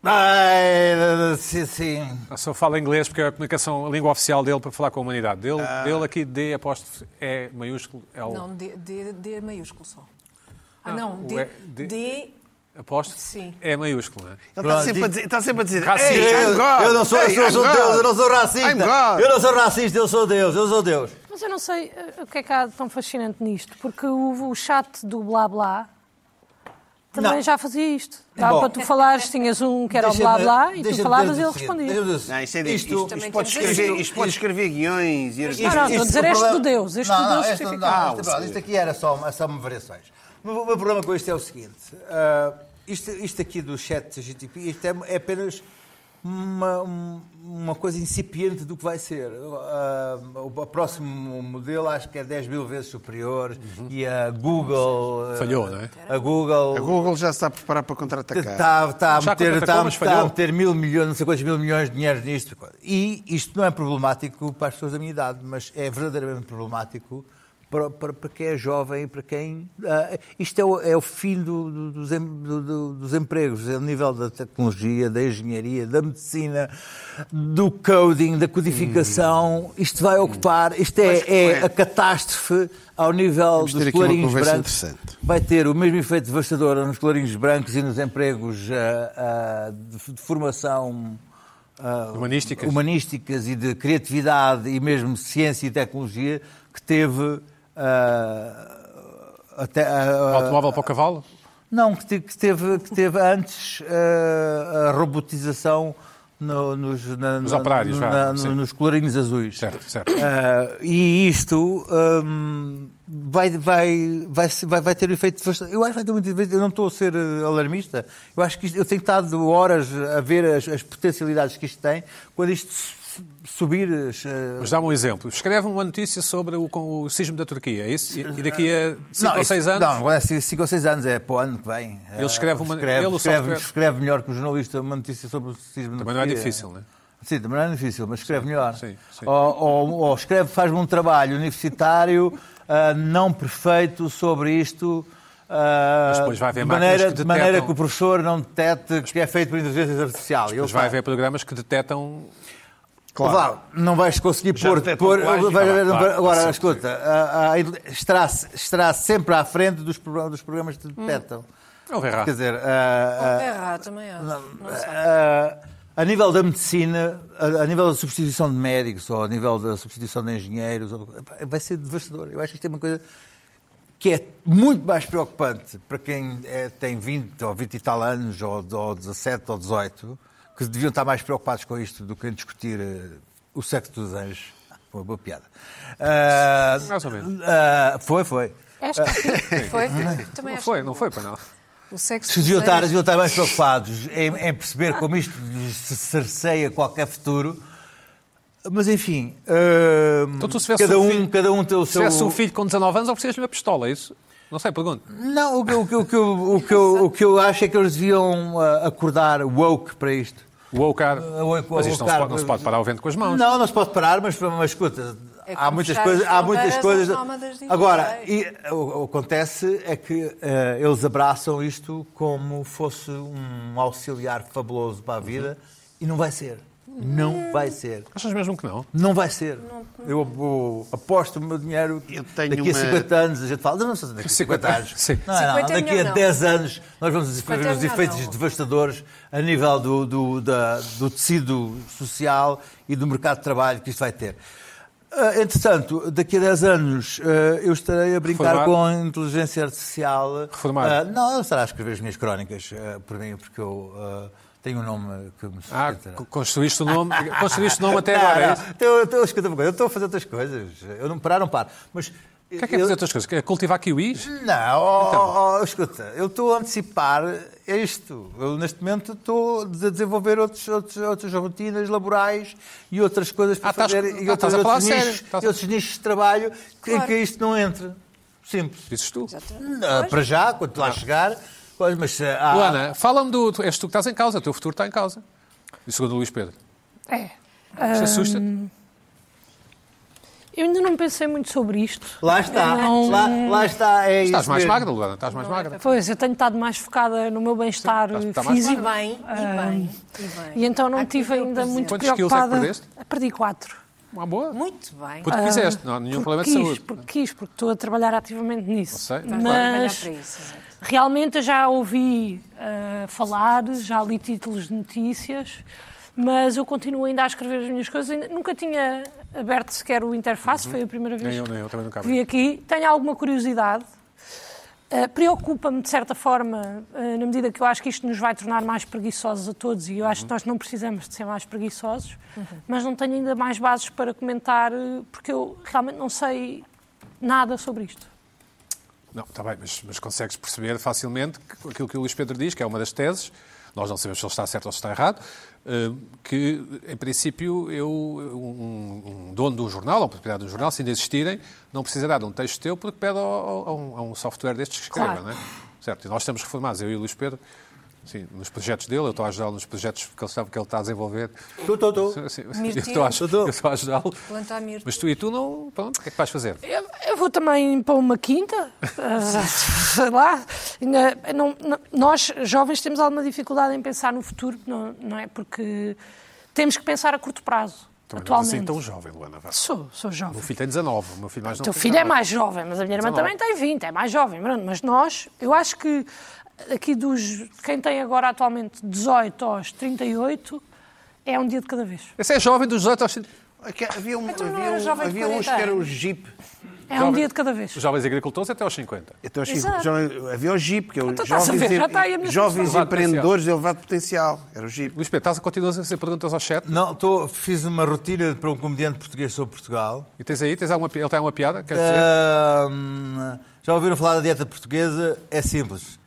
Speaker 6: Ai, sim, sim.
Speaker 2: Ah, Só fala inglês porque é a comunicação, a língua oficial dele para falar com a humanidade. Dele,
Speaker 6: Ah.
Speaker 2: dele aqui, D aposto, é maiúsculo, L
Speaker 4: Não, D, D, D é maiúsculo só. Ah, não,
Speaker 2: o
Speaker 4: D,
Speaker 2: E- D-
Speaker 4: D,
Speaker 2: aposto,
Speaker 4: Sim.
Speaker 2: é maiúsculo, não é?
Speaker 3: Ele
Speaker 6: Pronto,
Speaker 3: está sempre, a dizer- está sempre a dizer.
Speaker 2: Racista.
Speaker 3: "Ei, I'm
Speaker 6: Eu,
Speaker 3: God.
Speaker 6: eu não sou, eu
Speaker 3: Ei,
Speaker 6: sou, eu
Speaker 3: I'm
Speaker 6: sou
Speaker 3: God.
Speaker 6: Deus, eu não sou
Speaker 3: I'm
Speaker 6: racista.
Speaker 3: God.
Speaker 6: Eu não sou racista, eu sou Deus, eu sou Deus.
Speaker 5: Mas eu não sei eh, o que é que há de tão fascinante nisto, porque o, o chat do blá blá também
Speaker 6: Não.
Speaker 5: já fazia isto. Dá
Speaker 6: Bom.
Speaker 5: para tu falares, tinhas um que era o blá
Speaker 6: Deixa-me-
Speaker 5: blá e tu
Speaker 6: deixa-me
Speaker 5: falavas e
Speaker 6: dizer
Speaker 5: ele
Speaker 6: o seguinte,
Speaker 5: respondia.
Speaker 6: deixa-me dizer o seguinte.
Speaker 3: Não, isto é isto,
Speaker 6: Isto-
Speaker 3: isto,
Speaker 4: também
Speaker 3: pode
Speaker 4: temos isso.
Speaker 3: escrever, isto pode escrever guiões e
Speaker 5: Não, não, estou a dizer
Speaker 6: o
Speaker 5: este do Deus, este
Speaker 6: não,
Speaker 5: do
Speaker 6: não,
Speaker 5: Deus
Speaker 6: este, não,
Speaker 5: justificado.
Speaker 6: não, este- pronto, isto aqui era só, é só uma variações. O meu, o meu problema com isto é o seguinte: ah, isto, isto aqui do chat GTP isto é, é apenas uma, um- uma coisa incipiente do que vai ser. Ah, o, o próximo modelo acho que é 10 mil vezes superior e a Google. ah,
Speaker 2: Uhum. Falhou, não é?
Speaker 6: A Google.
Speaker 3: A Google já se está a preparar para contra-atacar.
Speaker 6: Está, está, Tá, a
Speaker 2: Já
Speaker 6: meter,
Speaker 2: contratacou,
Speaker 6: está, a-
Speaker 2: mas
Speaker 6: está
Speaker 2: falhou.
Speaker 6: a meter mil milhões, não sei quantos mil milhões de dinheiros nisto. E isto não é problemático para as pessoas da minha idade, mas é verdadeiramente problemático para, para, para quem é jovem, para quem. ah, isto é o, é o fim do- do- dos, em- do- do- dos empregos, é o nível da tecnologia, da engenharia, da medicina, do coding, da codificação. Isto vai ocupar, isto é, é a catástrofe ao nível
Speaker 3: Vamos ter
Speaker 6: dos
Speaker 3: aqui uma
Speaker 6: colarinhos
Speaker 3: conversa
Speaker 6: brancos
Speaker 3: interessante.
Speaker 6: vai ter o mesmo efeito devastador nos colarinhos brancos e nos empregos ah, ah, de, de formação ah,
Speaker 2: Humanísticas.
Speaker 6: humanísticas e de criatividade e mesmo ciência e tecnologia que teve ah, até ah,
Speaker 2: Automóvel para o cavalo?
Speaker 6: não, que te- que teve, que teve antes eh, a robotização no- nos, na-
Speaker 2: Nos
Speaker 6: na-
Speaker 2: operários,
Speaker 6: na-
Speaker 2: vá,
Speaker 6: no-
Speaker 2: sim.
Speaker 6: nos colorinhos azuis.
Speaker 2: Certo, certo.
Speaker 6: Eh, e isto hum, vai, vai, vai, se- vai, vai ter um efeito devastador. Eu acho que vai ter muito efeito. Eu não estou a ser eh, alarmista. Eu acho que isto- eu tenho estado horas a ver as, as potencialidades que isto tem. Quando isto su- subir. as, eh,
Speaker 2: Mas dá-me um exemplo. Escreve uma notícia sobre o, com o sismo da Turquia, é isso? E, e daqui a 5 ou
Speaker 6: isso-
Speaker 2: 6 anos?
Speaker 6: Não, não é 5 ou 6 anos, é para o ano que vem.
Speaker 2: Ele escreve uma-
Speaker 6: escreve,
Speaker 2: ele, o
Speaker 6: escreve,
Speaker 2: software.
Speaker 6: escreve melhor que o jornalista uma notícia sobre o sismo na
Speaker 2: Também não é
Speaker 6: Turquia.
Speaker 2: difícil, não é?
Speaker 6: Sim, também não é difícil, mas escreve melhor.
Speaker 2: sim, sim.
Speaker 6: Ou, ou- ou escreve, faz-me um trabalho universitário [LAUGHS] ah, não perfeito sobre isto. ah,
Speaker 2: Mas depois vai haver
Speaker 6: de
Speaker 2: máquinas
Speaker 6: maneira,
Speaker 2: que
Speaker 6: de maneira
Speaker 2: detectam.
Speaker 6: que o professor não detete que é feito por inteligência artificial. Ele
Speaker 2: Mas vai
Speaker 6: faz.
Speaker 2: haver programas que detectam
Speaker 6: Claro. não vais conseguir
Speaker 3: Já
Speaker 6: pôr.
Speaker 3: detectam
Speaker 6: pôr-
Speaker 3: plágio.
Speaker 6: vais ver-
Speaker 2: Ah, claro,
Speaker 6: agora,
Speaker 2: sim,
Speaker 6: escuta, a- a- estará, estará sempre à frente dos, pro- dos programas que detectam.
Speaker 2: Não verá.
Speaker 6: Quer dizer, a- a-
Speaker 4: é errado também acho. Não sei.
Speaker 6: a- Ah, a nível da medicina, a, a nível da substituição de médicos ou a nível da substituição de engenheiros, ou- vai ser devastador. Eu acho que isto é uma coisa que é muito mais preocupante para quem é- tem 20 ou 20 e tal anos, ou, ou 17 ou 18, que deviam estar mais preocupados com isto do que em discutir eh, o sexo dos anjos. Uma boa piada. Ah,
Speaker 2: Mais ou menos.
Speaker 6: ah, foi, foi.
Speaker 5: É Esta aqui,
Speaker 6: [LAUGHS]
Speaker 4: Foi? Também
Speaker 2: Não
Speaker 4: acho.
Speaker 2: foi, não foi para não.
Speaker 4: O sexo
Speaker 6: Se deviam estar,
Speaker 4: desejo-
Speaker 6: deviam estar mais preocupados em, em perceber como isto lhes se cerceia qualquer futuro. Mas enfim, hum,
Speaker 2: Então, tu se tivesse
Speaker 6: cada,
Speaker 2: um
Speaker 6: um,
Speaker 2: filho-
Speaker 6: cada um tem o
Speaker 2: Se
Speaker 6: seu.
Speaker 2: tivesse um filho com 19 anos, oferecias-lhe uma pistola, é isso? Não sei, pergunto.
Speaker 6: Não, o que, o, que, o, que, eu- o, que eu, o que eu acho é que eles deviam ah, acordar uh, woke para isto.
Speaker 2: O OCAR.
Speaker 6: O- o-
Speaker 2: Mas isto não se,
Speaker 6: OCAR.
Speaker 2: pode, não se pode parar o vento com as mãos.
Speaker 6: Não, não se pode parar, mas, mas escuta,
Speaker 4: É
Speaker 6: há
Speaker 4: como
Speaker 6: muitas
Speaker 4: fechar
Speaker 6: coisas.
Speaker 4: as
Speaker 6: Há muitas
Speaker 4: fronteiras
Speaker 6: coisas.
Speaker 4: aos nómadas digitais.
Speaker 6: Agora, e, o, o que acontece é que eh, eles abraçam isto como fosse um auxiliar fabuloso para a vida e não vai ser. Não vai ser.
Speaker 2: Achas mesmo que não?
Speaker 6: Não vai ser. Eu, eu aposto o meu dinheiro que
Speaker 3: Eu tenho
Speaker 6: daqui a
Speaker 3: uma-
Speaker 6: 50 anos. A gente fala, não, não, daqui a 50 anos.
Speaker 2: Sim.
Speaker 6: Não, não,
Speaker 4: 50 é
Speaker 6: daqui a
Speaker 4: melhor não.
Speaker 6: 10 anos nós vamos descrever
Speaker 4: 50 é
Speaker 6: os
Speaker 4: melhor
Speaker 6: efeitos
Speaker 4: não.
Speaker 6: devastadores a nível do, do, da- do tecido social e do mercado de trabalho que isto vai ter. Ah, entretanto, daqui a 10 anos ah, eu estarei a brincar
Speaker 2: Reformar.
Speaker 6: com a inteligência artificial.
Speaker 2: Reformar.
Speaker 6: Ah, não, eu estará a escrever as minhas crónicas ah, por mim, porque eu ah, tenho um nome que me
Speaker 2: Ah,
Speaker 6: sustenta.
Speaker 2: co- construíste o
Speaker 6: [LAUGHS]
Speaker 2: nome, construíste o nome até
Speaker 6: Não,
Speaker 2: agora, é
Speaker 6: não.
Speaker 2: isso?
Speaker 6: Então, eu- então, escuta uma coisa, eu estou a fazer outras coisas. Eu não parar, não paro. Mas.
Speaker 2: O que é que é fazer outras Então. coisas? Quer cultivar kiwis?
Speaker 6: Não, oh, oh, oh, escuta, eu estou a antecipar isto. Eu, neste momento, estou a desenvolver outros, outros- outras rotinas laborais e outras coisas para
Speaker 2: Ah, estás-
Speaker 6: fazer.
Speaker 2: ah,
Speaker 6: e outros,
Speaker 2: estás a falar
Speaker 6: outros
Speaker 2: sério.
Speaker 6: nichos,
Speaker 2: Estás a-
Speaker 6: e outros nichos de trabalho que,
Speaker 4: Claro.
Speaker 6: em que isto não entra. Simples.
Speaker 2: Dizes tu.
Speaker 6: Não, para já, quando lá chegar. pois, Mas, ah, há-
Speaker 2: Luana, fala-me do. tu- És tu que estás em causa, o teu futuro está em causa. E segundo o Luís Pedro.
Speaker 5: É.
Speaker 2: Isto assusta-te?
Speaker 5: Eu ainda não pensei muito sobre isto.
Speaker 6: Lá está,
Speaker 5: Não.
Speaker 6: lá, lá está. É
Speaker 2: Estás
Speaker 6: isso
Speaker 2: mais
Speaker 6: mesmo.
Speaker 2: magra, Luana, estás mais magra.
Speaker 5: Pois, eu tenho estado mais focada no meu bem-estar
Speaker 2: estás- está mais
Speaker 4: E
Speaker 5: físico.
Speaker 4: bem, e bem, e bem.
Speaker 5: E então não
Speaker 4: Há que
Speaker 5: estive
Speaker 4: ter o
Speaker 5: ainda
Speaker 4: prazer.
Speaker 5: muito
Speaker 2: Quantos quilos é que
Speaker 5: preocupada.
Speaker 2: perdeste?
Speaker 5: Perdi quatro.
Speaker 6: então.
Speaker 2: Uma boa.
Speaker 4: Muito bem.
Speaker 2: Porque fizeste, não há nenhum problema de
Speaker 5: quis,
Speaker 2: saúde.
Speaker 5: Porque quis, porque estou a trabalhar ativamente nisso.
Speaker 2: sei,
Speaker 4: Ah,
Speaker 2: claro.
Speaker 5: Mas
Speaker 4: Trabalhar para isso,
Speaker 5: né?
Speaker 4: exato.
Speaker 5: realmente eu já ouvi ah, falar, já li títulos de notícias, mas eu continuo ainda a escrever as minhas coisas. Ainda- Nunca tinha aberto sequer o interface, foi a primeira vez
Speaker 2: Uhum. Nem eu, nem eu, também nunca
Speaker 5: que vi
Speaker 2: abri.
Speaker 5: aqui. Tenho alguma curiosidade. Ah, Preocupa-me, de certa forma, ah, na medida que eu acho que isto nos vai tornar mais preguiçosos a todos, e eu
Speaker 2: Uhum.
Speaker 5: acho que nós não precisamos de ser mais preguiçosos, mas não tenho ainda mais bases para comentar, eh, porque eu realmente não sei nada sobre isto.
Speaker 2: Não, está bem, mas, mas consegues perceber facilmente que- aquilo que o Luís Pedro diz, que é uma das teses, nós não sabemos se ele está certo ou se está errado, eh, que, em princípio, eu, um, um dono de um jornal, ou um proprietário de um jornal, se ainda existirem, não precisará de um texto teu porque pede ao- ao- a um, a um software destes que escreva,
Speaker 5: Claro.
Speaker 2: não é? Certo, e nós estamos reformados, eu e o Luís Pedro, sim, nos projetos dele, eu estou a ajudá-lo nos projetos que ele sabe que ele está a desenvolver.
Speaker 6: Estou, estou, estou.
Speaker 2: Sim, eu
Speaker 4: Mirtilo.
Speaker 2: estou a aj- eu estou a ajudá-lo.
Speaker 4: Plantar mirtilo.
Speaker 2: Mas tu e tu não, pronto, o que é que vais fazer?
Speaker 5: Eu, eu vou também para uma quinta, ah, [LAUGHS] sei lá. Ainda- não- não- nós, jovens, temos alguma dificuldade em pensar no futuro, não, não é? Porque temos que pensar a curto prazo,
Speaker 2: Também não és
Speaker 5: atualmente.
Speaker 2: assim tão jovem, Luana. vá.
Speaker 5: Sou, sou
Speaker 2: O
Speaker 5: jovem.
Speaker 2: meu filho tem 19, o meu filho mais
Speaker 5: O
Speaker 2: não
Speaker 5: teu
Speaker 2: tem
Speaker 5: filho é
Speaker 2: 19.
Speaker 5: mais jovem, mas a minha irmã
Speaker 2: 19.
Speaker 5: também tem 20, é mais jovem. pronto. Mas nós, eu acho que aqui dos. Quem tem agora atualmente 18 aos 38, é um dia de cada vez.
Speaker 2: Esse é jovem dos 18 aos 30.
Speaker 3: Aqui Havia, um,
Speaker 4: Então não
Speaker 3: havia,
Speaker 4: era
Speaker 3: um-
Speaker 4: jovem de
Speaker 3: havia uns que
Speaker 4: 40
Speaker 3: eram
Speaker 4: anos.
Speaker 3: os Jeep.
Speaker 5: É um
Speaker 2: Jovem-
Speaker 5: dia de cada vez.
Speaker 2: Os jovens agricultores é até aos 50.
Speaker 3: Então, Chico,
Speaker 5: Exato.
Speaker 3: jovem- havia o Jeep, que é o
Speaker 5: Então, estás a
Speaker 3: Jovens,
Speaker 5: ver, já
Speaker 3: em-
Speaker 5: está aí a minha
Speaker 3: jovens
Speaker 2: solução.
Speaker 3: Empreendedores de Elevado Potencial. Era o Jeep.
Speaker 2: Luís Pedro, estás a continuar a fazer perguntas ao chat?
Speaker 6: Não, tô, fiz uma rotina para um comediante português sobre Portugal.
Speaker 2: E tens aí, tens alguma, pi- ele tem alguma piada? Queres dizer?
Speaker 6: Ahm, Ah, já ouviram falar da dieta portuguesa? É simples.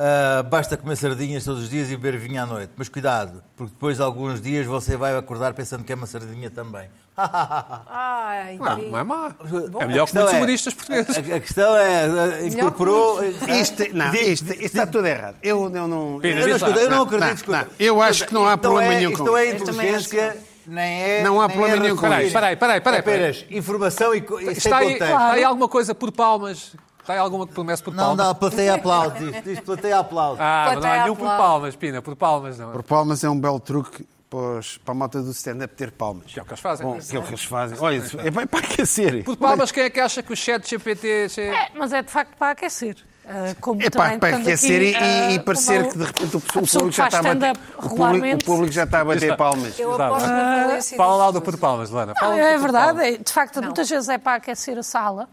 Speaker 6: Ah, basta comer sardinhas todos os dias e beber vinho à noite. Mas cuidado, porque depois de alguns dias você vai acordar pensando que é uma sardinha também.
Speaker 4: Ai,
Speaker 2: Não,
Speaker 4: querido.
Speaker 2: não é má. [LAUGHS] É melhor que muitos humoristas portugueses.
Speaker 6: A, a questão é, ah, incorporou... ah,
Speaker 3: Isto, não,
Speaker 6: Diz-
Speaker 3: isto, isto está tudo errado. Eu, eu não.
Speaker 2: Pina,
Speaker 6: Eu não,
Speaker 2: diz lá.
Speaker 6: escuta, eu não
Speaker 3: Não,
Speaker 6: acredito.
Speaker 3: não,
Speaker 6: escuta.
Speaker 3: não. Eu acho que não há
Speaker 6: Isto
Speaker 3: problema
Speaker 6: é-
Speaker 3: nenhum com
Speaker 6: Isto é
Speaker 4: isso. Eu também acho
Speaker 6: inteligência, nem é...
Speaker 3: Não há
Speaker 6: nem
Speaker 3: problema
Speaker 6: é
Speaker 3: nenhum com
Speaker 6: raciocínio.
Speaker 2: isso. Peraí, peraí, peraí, peraí.
Speaker 6: Apenas informação e, co- e sem
Speaker 2: Está aí,
Speaker 6: contexto.
Speaker 2: está aí alguma coisa por palmas? Está aí alguma que promessa por
Speaker 6: Não,
Speaker 2: palmas?
Speaker 6: não, a plateia aplaude. Diz, diz plateia aplaude.
Speaker 2: Ah, mas não
Speaker 5: é
Speaker 2: há
Speaker 4: Plateia
Speaker 2: nenhum por
Speaker 4: aplaude.
Speaker 2: palmas, Pina, por palmas não.
Speaker 3: Por palmas é um belo truque para, os- para a malta do stand-up ter palmas.
Speaker 2: Que é o que eles fazem.
Speaker 3: Bom, que é o que eles fazem. Olha, isso é bem para aquecer.
Speaker 2: Por palmas, quem é que acha que o chat GPT... che-
Speaker 5: É, mas é de facto para aquecer. Ah, como
Speaker 3: É pá,
Speaker 5: também
Speaker 3: para
Speaker 5: estando
Speaker 3: aquecer e,
Speaker 5: aqui, ah,
Speaker 3: e- e parecer
Speaker 5: como
Speaker 3: que de repente o, o
Speaker 5: a pessoa
Speaker 3: público
Speaker 5: que
Speaker 3: já
Speaker 5: faz
Speaker 3: está a bater.
Speaker 5: stand-up
Speaker 3: O público,
Speaker 5: regularmente.
Speaker 3: o público já está a bater palmas.
Speaker 4: Eu
Speaker 2: Exato.
Speaker 4: aposto na falência
Speaker 2: Fala lá do
Speaker 4: disso.
Speaker 2: por palmas, Luana.
Speaker 5: Não,
Speaker 2: Fala do
Speaker 3: assim
Speaker 5: é
Speaker 2: por
Speaker 5: verdade,
Speaker 2: palmas.
Speaker 5: é- de facto, muitas vezes é para aquecer a sala,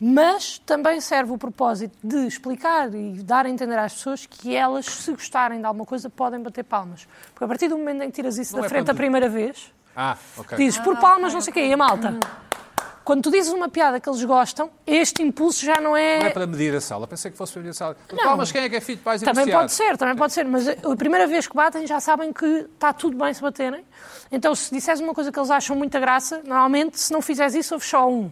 Speaker 5: mas também serve o propósito de explicar e dar a entender às pessoas que elas, se gostarem de alguma coisa, podem bater palmas. Porque a partir do momento em que tiras isso
Speaker 2: Não
Speaker 5: da
Speaker 2: é
Speaker 5: frente
Speaker 2: para
Speaker 5: a primeira vez,
Speaker 2: Ah, ok.
Speaker 5: dizes por palmas, não sei o quê, e a malta. Quando tu dizes uma piada que eles gostam, este impulso já não é.
Speaker 2: Não é para medir a sala. Pensei que fosse para medir a sala. Por palmas, quem é que é filho de pais
Speaker 5: Também
Speaker 2: divorciados?
Speaker 5: pode ser, também pode ser, mas a primeira vez que batem já sabem que está tudo bem se baterem. Então, se disseres uma coisa que eles acham muita graça, normalmente, se não fizeres isso, houve só um.